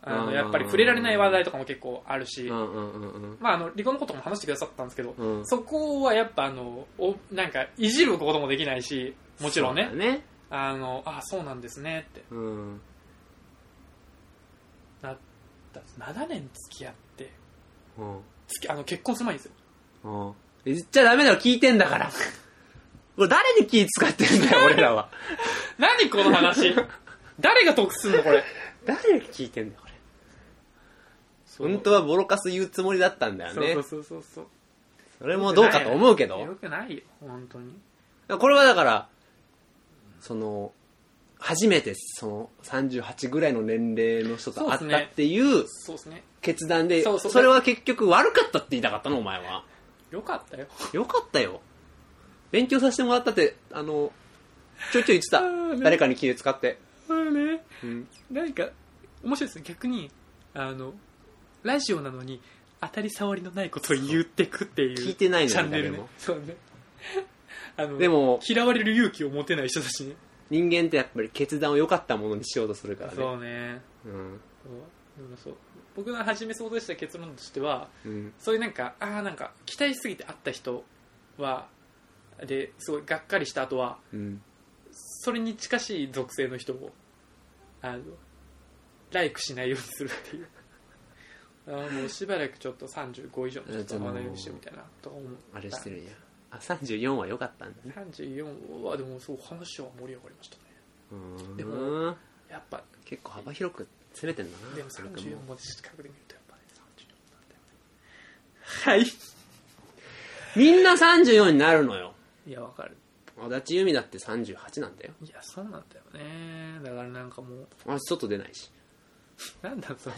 Speaker 1: あ
Speaker 2: う
Speaker 1: の
Speaker 2: ん
Speaker 1: やっぱり触れられない話題とかも結構あるし、
Speaker 2: うんうんうんうん
Speaker 1: まあ、あの離婚のことも話してくださったんですけど、
Speaker 2: うん
Speaker 1: そこはやっぱあのおなんかいじることもできないしもちろんね
Speaker 2: そうだね
Speaker 1: あのあそうなんですねって
Speaker 2: うん
Speaker 1: なった7年付き合って
Speaker 2: うん
Speaker 1: 付きあの結婚する前にですよ
Speaker 2: うん言っちゃダメだよ聞いてんだ からこれ誰に気使ってんだよ俺らは
Speaker 1: 何この 話誰が得すんのこれ
Speaker 2: 誰に聞いてんだよこれ本当はボロカス言うつもりだったんだよ
Speaker 1: そう
Speaker 2: ね
Speaker 1: そうそうそうそう
Speaker 2: それもどうかと思うけど
Speaker 1: よくないよ本当に
Speaker 2: これはだから、その、初めてその38ぐらいの年齢の人と会ったっていう
Speaker 1: そうですね
Speaker 2: 決断で、
Speaker 1: そうそう
Speaker 2: それは結局悪かったって言いたかったの、お前は。
Speaker 1: よかったよ
Speaker 2: よかったよ。勉強させてもらったって、あの、ちょいちょい言って
Speaker 1: あー
Speaker 2: た。
Speaker 1: ね
Speaker 2: 誰かに気を使って。
Speaker 1: そうね
Speaker 2: うん。
Speaker 1: なんか面白いですね逆にあのラジオなのに当たり障りのないことを言ってくっていう
Speaker 2: 聞いてないのに
Speaker 1: チャンネル
Speaker 2: 誰
Speaker 1: ね
Speaker 2: も
Speaker 1: そうねあの
Speaker 2: でも
Speaker 1: 嫌われる勇気を持てない人たちね
Speaker 2: 人間ってやっぱり決断を良かったものにしようとするからね。
Speaker 1: そうね
Speaker 2: うん。
Speaker 1: そうでもそう僕が初め想像した結論としては
Speaker 2: うん。
Speaker 1: そういうなんかああなんか期待しすぎて会った人はですごいがっかりした後は
Speaker 2: うん。
Speaker 1: それに近しい属性の人をあのライクしないようにするっていうあのもうしばらくちょっと35以上の人と会わないようにしてみたいなとか思う
Speaker 2: あれしてるんや。あ、34は良かったんだね。
Speaker 1: 34はでもそう話は盛り上がりましたね
Speaker 2: う
Speaker 1: で
Speaker 2: ーん
Speaker 1: も。やっぱ
Speaker 2: 結構幅広く攻めてんだな。
Speaker 1: でも
Speaker 2: それとも
Speaker 1: 34まで近くで見るとやっぱね34なんだよね
Speaker 2: みんな34になるのよ。
Speaker 1: はいいやわかる
Speaker 2: 足立由美だって38なんだよ。
Speaker 1: いやそうなんだよねだからなんかもう
Speaker 2: あいつ外出ないし。
Speaker 1: なんだその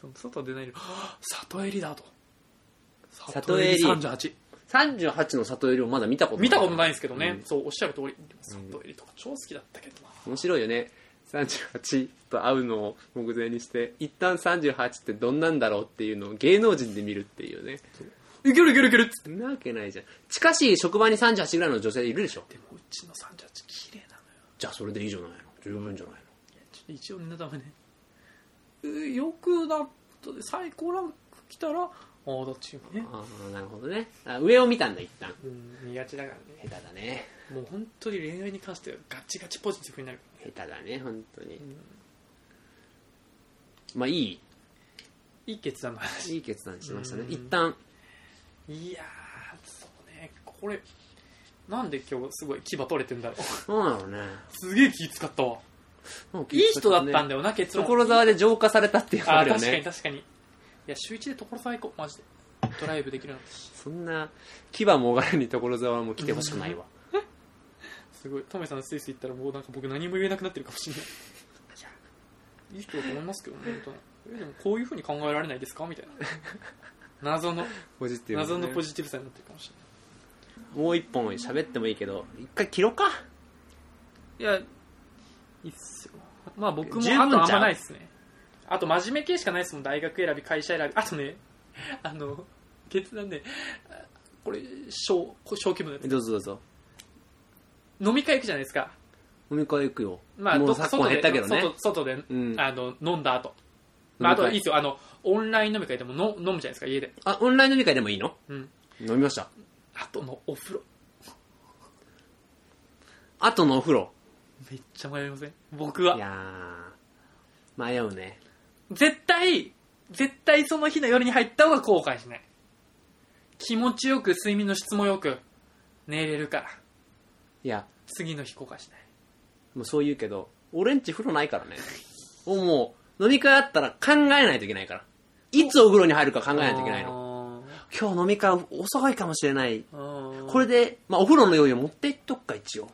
Speaker 1: その外出ないのはぁ 里襟だと
Speaker 2: 里襟
Speaker 1: 38
Speaker 2: 38の里よりもまだ見たこと
Speaker 1: 見たことないんですけどね、
Speaker 2: うん
Speaker 1: そうおっしゃる通り里襟とか超好きだったけどな、
Speaker 2: 面白いよね。38と会うのを目前にして、一旦38ってどんなんだろうっていうのを芸能人で見るっていうね。
Speaker 1: いけるいけるいけるっつって
Speaker 2: そんなわけないじゃん。近しい職場に38ぐらいの女性いるでしょ。
Speaker 1: でもうちの38綺麗なのよ
Speaker 2: じゃあそれでいいじゃないの。十分じゃないの。
Speaker 1: いやちょっと一応ねダメねえーよくなったで最高ランク来たらああだっちもね
Speaker 2: ああ、なるほどね。あ上を見たんだ、一旦。
Speaker 1: うん苦手だからね
Speaker 2: 下手だね。
Speaker 1: もう本当に恋愛に関してはガチガチポジティブになる
Speaker 2: 下手だね、本当に。まあいい
Speaker 1: いい決断の話
Speaker 2: いい決断しましたね
Speaker 1: うん
Speaker 2: 一旦
Speaker 1: いやー、そうね、これ、なんで今日すごい牙取れてんだろう。
Speaker 2: そうなのね
Speaker 1: すげえ気使ったわ。いい人だったんだよな、結論。
Speaker 2: 所沢で浄化されたっていうのが
Speaker 1: あ
Speaker 2: あ
Speaker 1: ー、
Speaker 2: るよ
Speaker 1: 確かに
Speaker 2: ね
Speaker 1: 確かに。いや、週一で所沢行こう、マジで。ドライブできるなんて。
Speaker 2: そんな牙もがらに所沢も来てほしくないわ
Speaker 1: すごい。トメさんスイス行ったらもうなんか僕何も言えなくなってるかもしれない。いや、いい人だと思いますけどね、本当に。え、でもこういう風に考えられないですかみ たいな。謎の、
Speaker 2: ポジティブ
Speaker 1: 謎
Speaker 2: なね
Speaker 1: のポジティブさになってるかもし
Speaker 2: もう一本喋ってもいいけど一回切ろうか
Speaker 1: れない。いや、いいっすよ。まあ僕も
Speaker 2: 十
Speaker 1: あ
Speaker 2: 分
Speaker 1: とあんま
Speaker 2: ちゃう
Speaker 1: ないっすね。あと真面目系しかないですもん。大学選び、会社選び。あとね、 あの、決断ね、あこれ、小、これ小規模のやつ。
Speaker 2: どうぞどうぞ
Speaker 1: 飲み会行くじゃないですか。
Speaker 2: 飲み会行くよ
Speaker 1: まあ、
Speaker 2: も
Speaker 1: ど
Speaker 2: う昨今減ったけどね
Speaker 1: 外外で、
Speaker 2: うん
Speaker 1: あの、飲んだ後。まあ、あとい
Speaker 2: 飲み会
Speaker 1: いですよ。あの、オンライン飲み会でもの飲むじゃないですか、家で。
Speaker 2: あオンライン飲み会でもいいの
Speaker 1: うん。
Speaker 2: 飲みました
Speaker 1: あとのお風呂。
Speaker 2: 後のお風呂。
Speaker 1: めっちゃ迷いません僕はい
Speaker 2: やー、迷うね。
Speaker 1: 絶対絶対その日の夜に入った方が後悔しない気持ちよく睡眠の質もよく寝れるから
Speaker 2: いや、
Speaker 1: 次の日後悔しない
Speaker 2: もうそう言うけど、俺んち風呂ないか らね。もう、飲み会あったら考えないといけないから。いつお風呂に入るか考えないといけないの。
Speaker 1: の
Speaker 2: 今日飲み会遅いかもしれない。こ
Speaker 1: こ
Speaker 2: れで、まあ、お風呂の用意を持っていっとくか、一応。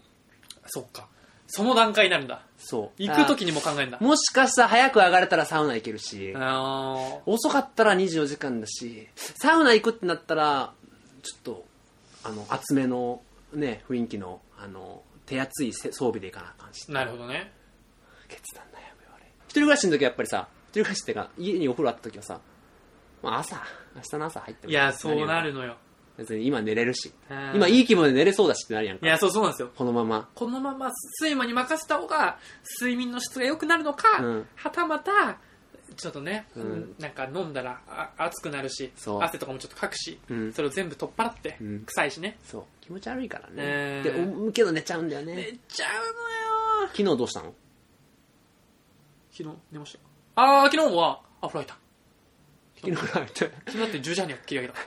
Speaker 1: そっかその段階になるんだ
Speaker 2: そう。
Speaker 1: 行く時にも考えるんだ
Speaker 2: あーもしかしたら早く上がれたらサウナ行けるし、
Speaker 1: あ
Speaker 2: 遅かったら24時間だし、サウナ行くってなったら、ちょっと、あの、厚めの、ね、雰囲気の、あの、手厚いせ装備で行かなあかんし
Speaker 1: ー。なるほどね
Speaker 2: 決断悩むよあれ一人暮らしの時はやっぱりさ一人暮らしっていうか家にお風呂あった時はさ、まあ、朝明日の朝入っても
Speaker 1: いやそうなる
Speaker 2: の
Speaker 1: のよ
Speaker 2: 別に今寝れるし
Speaker 1: うん
Speaker 2: 今いい気分で寝れそうだしってなるやん
Speaker 1: い
Speaker 2: か
Speaker 1: やそうそうなんですよ
Speaker 2: このまま
Speaker 1: このまま睡魔に任せた方が睡眠の質が良くなるのか、
Speaker 2: うん
Speaker 1: はたまたちょっとね、
Speaker 2: うん
Speaker 1: なんか飲んだらあ暑くなるし
Speaker 2: そう
Speaker 1: 汗とかもちょっとかくし、
Speaker 2: うん
Speaker 1: それを全部取っ払って、
Speaker 2: うん
Speaker 1: 臭いしね
Speaker 2: そう気持ち悪いから
Speaker 1: え
Speaker 2: ね
Speaker 1: ー
Speaker 2: で思うけど寝ちゃうんだよ
Speaker 1: 寝
Speaker 2: ね
Speaker 1: ちゃうのよ
Speaker 2: 昨日どうしたの
Speaker 1: 昨日寝ましたああ昨日はあフライター
Speaker 2: 昨日から
Speaker 1: 昨日だって10時半には切り 上げた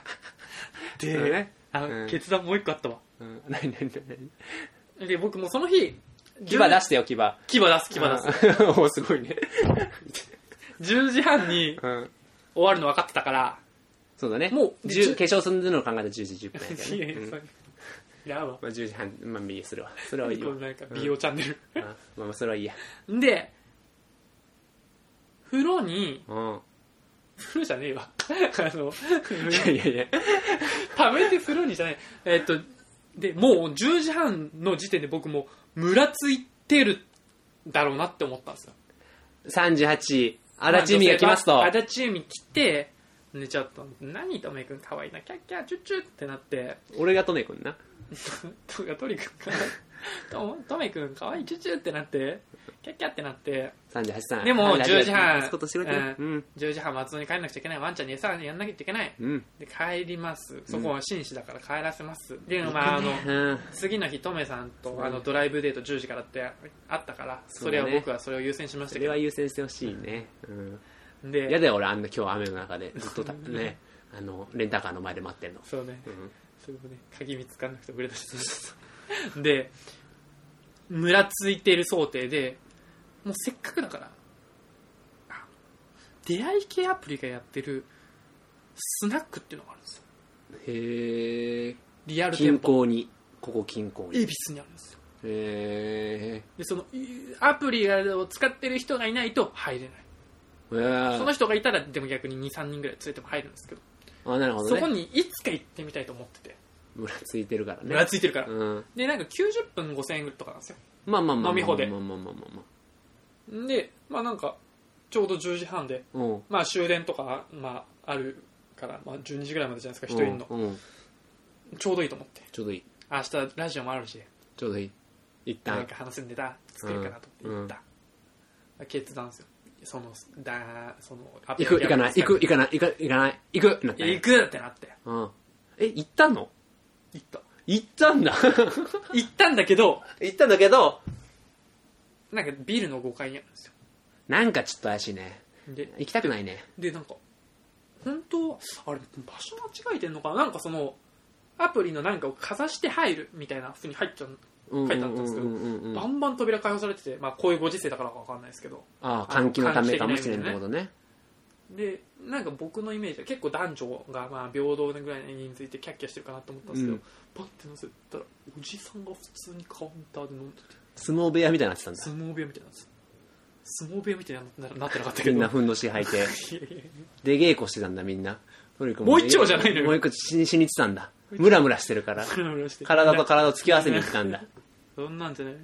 Speaker 1: で、
Speaker 2: そうね
Speaker 1: あ
Speaker 2: うん
Speaker 1: 決断もう一個あったわ
Speaker 2: うん何何何何
Speaker 1: で僕もうその日
Speaker 2: 牙出
Speaker 1: す
Speaker 2: してよ牙
Speaker 1: 牙出す牙出す
Speaker 2: す おーすごいね
Speaker 1: 10時半に
Speaker 2: うん
Speaker 1: 終わるの分かってたから
Speaker 2: そうだね
Speaker 1: もう
Speaker 2: じゅ
Speaker 1: じゅ
Speaker 2: 化粧するのを考えたら10時10分や け
Speaker 1: い
Speaker 2: ど
Speaker 1: や
Speaker 2: ね
Speaker 1: いやそれいら
Speaker 2: うん
Speaker 1: んわ
Speaker 2: まあ10時半まあいいよするわそれはいい
Speaker 1: こ
Speaker 2: わ
Speaker 1: うなんか美容チャンネル、
Speaker 2: うんまあまあそれはいいや
Speaker 1: で風呂に
Speaker 2: うん
Speaker 1: 風呂じゃねえわ あの
Speaker 2: いや いやいや
Speaker 1: ためて風呂にじゃないえっとでもう10時半の時点で僕もうムラついてるだろうなって思ったんですよ
Speaker 2: 38、足立海が来ますと。
Speaker 1: あ足立海来て寝ちゃったの何とめくんかわいいなキャッキャチュッチュってなって
Speaker 2: 俺がトメ君な。
Speaker 1: とかトリくんかわいいととめくんかわいいチュッチュってなってキャッキャってなって
Speaker 2: 38さん。
Speaker 1: でも
Speaker 2: あ
Speaker 1: 10時半
Speaker 2: そういうことしてくれてる。うん。
Speaker 1: 10時半松戸に帰らなくちゃいけないワンちゃんに餌やんなきゃいけない
Speaker 2: うん。
Speaker 1: で帰りますそこは紳士だから帰らせます、でまああの
Speaker 2: うん。
Speaker 1: 次の日トメさんと
Speaker 2: う
Speaker 1: あのドライブデート10時からってあったから
Speaker 2: そ
Speaker 1: そう
Speaker 2: だ
Speaker 1: れ
Speaker 2: ね
Speaker 1: は僕はそれを優先しまし
Speaker 2: そ
Speaker 1: た
Speaker 2: れ
Speaker 1: けど
Speaker 2: は優先してほしいね。うん。
Speaker 1: で
Speaker 2: 嫌だよ、俺、あんな今日雨の中で、ずっとたね、あの、レンタカーの前で待ってんの。
Speaker 1: そうね
Speaker 2: うん。
Speaker 1: それもね鍵見つかんなくてブレたしでムラついている想定でもうせっかくだからあ出会い系アプリがやってるスナックっていうのがあるんですよ
Speaker 2: へえ。
Speaker 1: リアル
Speaker 2: 近
Speaker 1: 店舗
Speaker 2: 郊に、ここ近郊に。
Speaker 1: 恵
Speaker 2: へ
Speaker 1: 比寿にあるんですよ
Speaker 2: え。
Speaker 1: でそのいアプリを使ってる人がいないと入れない
Speaker 2: えー
Speaker 1: その人がいたらでも逆に23人ぐらい連れても入るんですけど
Speaker 2: あ、なるほ
Speaker 1: そ
Speaker 2: ど
Speaker 1: こ
Speaker 2: ね。
Speaker 1: にいつか行ってみたいと思ってて
Speaker 2: ムラついてるからね。
Speaker 1: ムラついてるから、
Speaker 2: うん。
Speaker 1: でなんか90分5000円とかなんですよ
Speaker 2: まあまあまあまあ。
Speaker 1: 飲み放で
Speaker 2: まあまあまあまあま
Speaker 1: でまあなんかちょうど10時半で
Speaker 2: あ。うん。
Speaker 1: まあ終電とか、まあ、あるから、まあ、12時ぐらいまでじゃないですか人いるの、
Speaker 2: うんうん。
Speaker 1: ちょうどいいと思って
Speaker 2: ちょうどいい。
Speaker 1: 明日ラジオもあるし
Speaker 2: ちょうどいい。一
Speaker 1: 何
Speaker 2: 旦
Speaker 1: か。話せんでた作るかなと思って行った、決断ですよそのだそのアプ
Speaker 2: 行
Speaker 1: リ
Speaker 2: く、行かない、行く、行かない、行か行かない、行くってなった
Speaker 1: い
Speaker 2: ね
Speaker 1: や行くってなって
Speaker 2: うん。え、行ったの
Speaker 1: 行った
Speaker 2: 行ったんだ。
Speaker 1: 行ったんだけど
Speaker 2: 行ったんだけど、
Speaker 1: なんかビルの5階にあるんですよ
Speaker 2: なんかちょっと怪しいね。
Speaker 1: で
Speaker 2: 行きたくないね。
Speaker 1: でなんか本当はあれ場所間違えてんのかななんかそのアプリの何かをかざして入るみたいな風に入っちゃう、
Speaker 2: うんうん
Speaker 1: 書いてあったんですけど
Speaker 2: うんうんうんうん
Speaker 1: バンバン扉開放されてて、まあ、こういうご時世だからか分かんないですけど
Speaker 2: ああ、換気のためかもしれんってことね。
Speaker 1: でなんか僕のイメージは結構男女がまあ平等なぐらいの人数いてキャッキャしてるかなと思ったんですけど、
Speaker 2: うん
Speaker 1: パッて乗せたらおじさんが普通にカウンターで飲んでて
Speaker 2: 相撲部屋みたいになってたんだ。
Speaker 1: 相撲部屋みたいなんです相撲部屋みたいになななってなかったけ
Speaker 2: み
Speaker 1: ど
Speaker 2: んなふんどし履いて。
Speaker 1: いやいや
Speaker 2: で、稽古してたんだ、みんな。とにかく
Speaker 1: もう一丁じゃないのよ
Speaker 2: もう一丁しにしに行ってたんだ。ムラムラしてるから。
Speaker 1: ムラムラして
Speaker 2: 体と体を突き合わせに行ってたんだ。
Speaker 1: そんなんじゃないで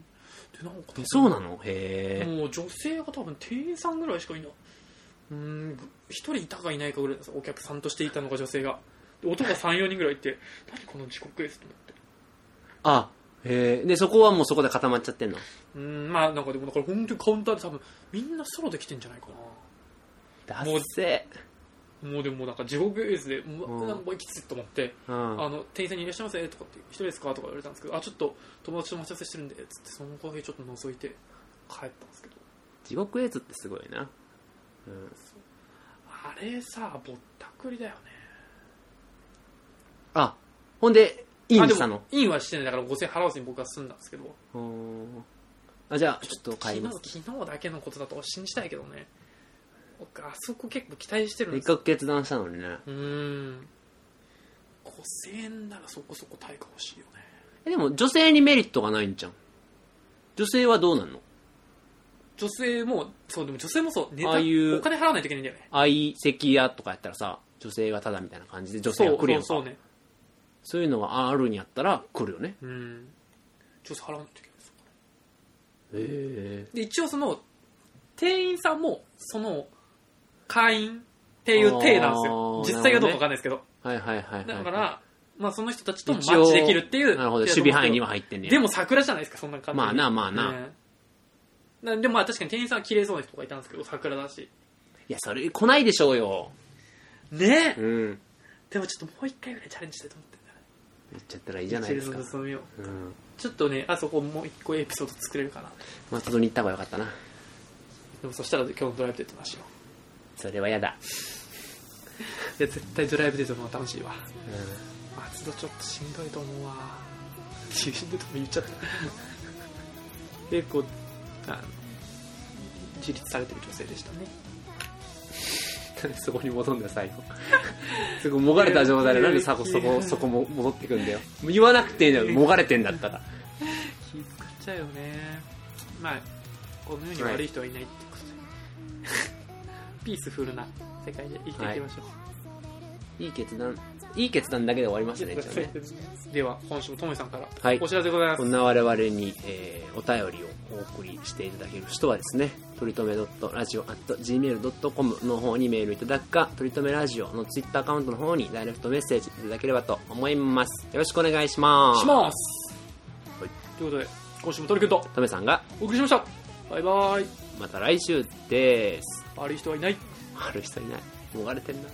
Speaker 1: なんか
Speaker 2: えそうなのへえ。
Speaker 1: もう女性が多分店員さんぐらいしかいないうーん一人いたかいないかぐらいですお客さんとしていたのが女性がで男が34人ぐらいいて何この時刻ですと思って
Speaker 2: あ、へえ。で、そこはもうそこで固まっちゃってんの。
Speaker 1: うーんまあなんかでもだから本当にカウンターで多分みんなソロで来てんじゃないかな
Speaker 2: だっせ。
Speaker 1: もうでもなんか地獄絵図で、もう
Speaker 2: うん
Speaker 1: なんかもう息ついと思って、
Speaker 2: うん
Speaker 1: あの店員さんにいらっしゃいませとかって、一人ですかとか言われたんですけど、あ、ちょっと友達と待ち合わせしてるんで、つって、そのコーヒーちょっと覗いて帰ったんですけど、
Speaker 2: 地獄絵図ってすごいな、うん、
Speaker 1: あれさ、ぼったくりだよね。
Speaker 2: あほんでインした
Speaker 1: あ
Speaker 2: の
Speaker 1: でもインはしてない、だから5000円払わずに僕は済んだんですけど、
Speaker 2: うんあじゃあちょっと
Speaker 1: 昨
Speaker 2: 帰り
Speaker 1: 日
Speaker 2: ます
Speaker 1: 昨日だけのことだと信じたいけどね、僕、あそこ結構期待してるん
Speaker 2: せっ
Speaker 1: ですよ
Speaker 2: かく決断したのにね
Speaker 1: うーん、5000円ならそこそこ対価欲しいよね。
Speaker 2: えでも女性にメリットがないんじゃん女性はどうなんの
Speaker 1: 女性も、そう、でも女性もそう、ネタ
Speaker 2: ああいう
Speaker 1: お金払わないといけないんだよね。
Speaker 2: 相席屋とかやったらさ女性がタダみたいな感じで女性
Speaker 1: そ
Speaker 2: が
Speaker 1: う
Speaker 2: 来るやんか
Speaker 1: そうそうね。
Speaker 2: そういうのがあるんやったら来るよね
Speaker 1: うん。女性払わないといけないんですよ
Speaker 2: へ
Speaker 1: で、一応その、店員さんも、その、会員っていう体なんですよ
Speaker 2: あ。ー
Speaker 1: 実際がどうかわかんないですけど。
Speaker 2: えはいはいはいはい
Speaker 1: だから、まあその人たちとも
Speaker 2: 一
Speaker 1: マ
Speaker 2: 応
Speaker 1: ッチできるっていう。
Speaker 2: なるほど守備範囲には入ってんねや
Speaker 1: でも桜じゃないですか、そんな感じ。
Speaker 2: まあなまあな
Speaker 1: うんなでもまあ確かに店員さんは綺麗そうな人がいたんですけど、桜だし。
Speaker 2: いやそれ来ないでしょうよ
Speaker 1: ねえ、
Speaker 2: うん
Speaker 1: でもちょっともう一回ぐらいチャレンジしたいと思ってんだよね。
Speaker 2: 言っちゃったらいいじゃないですか
Speaker 1: ミッチェルの盗みを
Speaker 2: うん
Speaker 1: ちょっとね、あそこもう一個エピソード作れるかな。
Speaker 2: まあ里に行った方がよかったな
Speaker 1: でもそしたら今日のドライブデートなしよ
Speaker 2: それはやだ、
Speaker 1: う。いや、絶対ドライブデートの方が楽しいわ。
Speaker 2: う
Speaker 1: 松戸ちょっとしんどいと思うわ。しんどいとも言っちゃった。 結構、あの自立されてる女性でしたね。
Speaker 2: ん、 そこに戻んだよ最 後そこもがれた状態でなんでさこそこそこも戻ってくんだよもう言わなくていいのよもがれてんだったら
Speaker 1: 気使っちゃうよね。まあ、この世に悪い人はいないってことで。 ピースフルな世界で生きていきましょう。
Speaker 2: いい決断いい決断だけで終わりましたね一応ね
Speaker 1: では、今週もともさんから、
Speaker 2: はい
Speaker 1: お知らせでございま
Speaker 2: こ
Speaker 1: す。
Speaker 2: んな我々に、えーお便りをお送りしていただける人はですね、とりとめ .radio.gmail.com の方にメールいただくか、とりとめラジオのツイッターアカウントの方にダイレクトメッセージいただければと思います。よろしくお願いします。
Speaker 1: します。
Speaker 2: はい
Speaker 1: ということで、今週もトリくんと
Speaker 2: とめさんが、
Speaker 1: お送りしました。バイバイ。
Speaker 2: また来週です。
Speaker 1: 悪い人はいない。
Speaker 2: 悪い人いない。もがれてんな。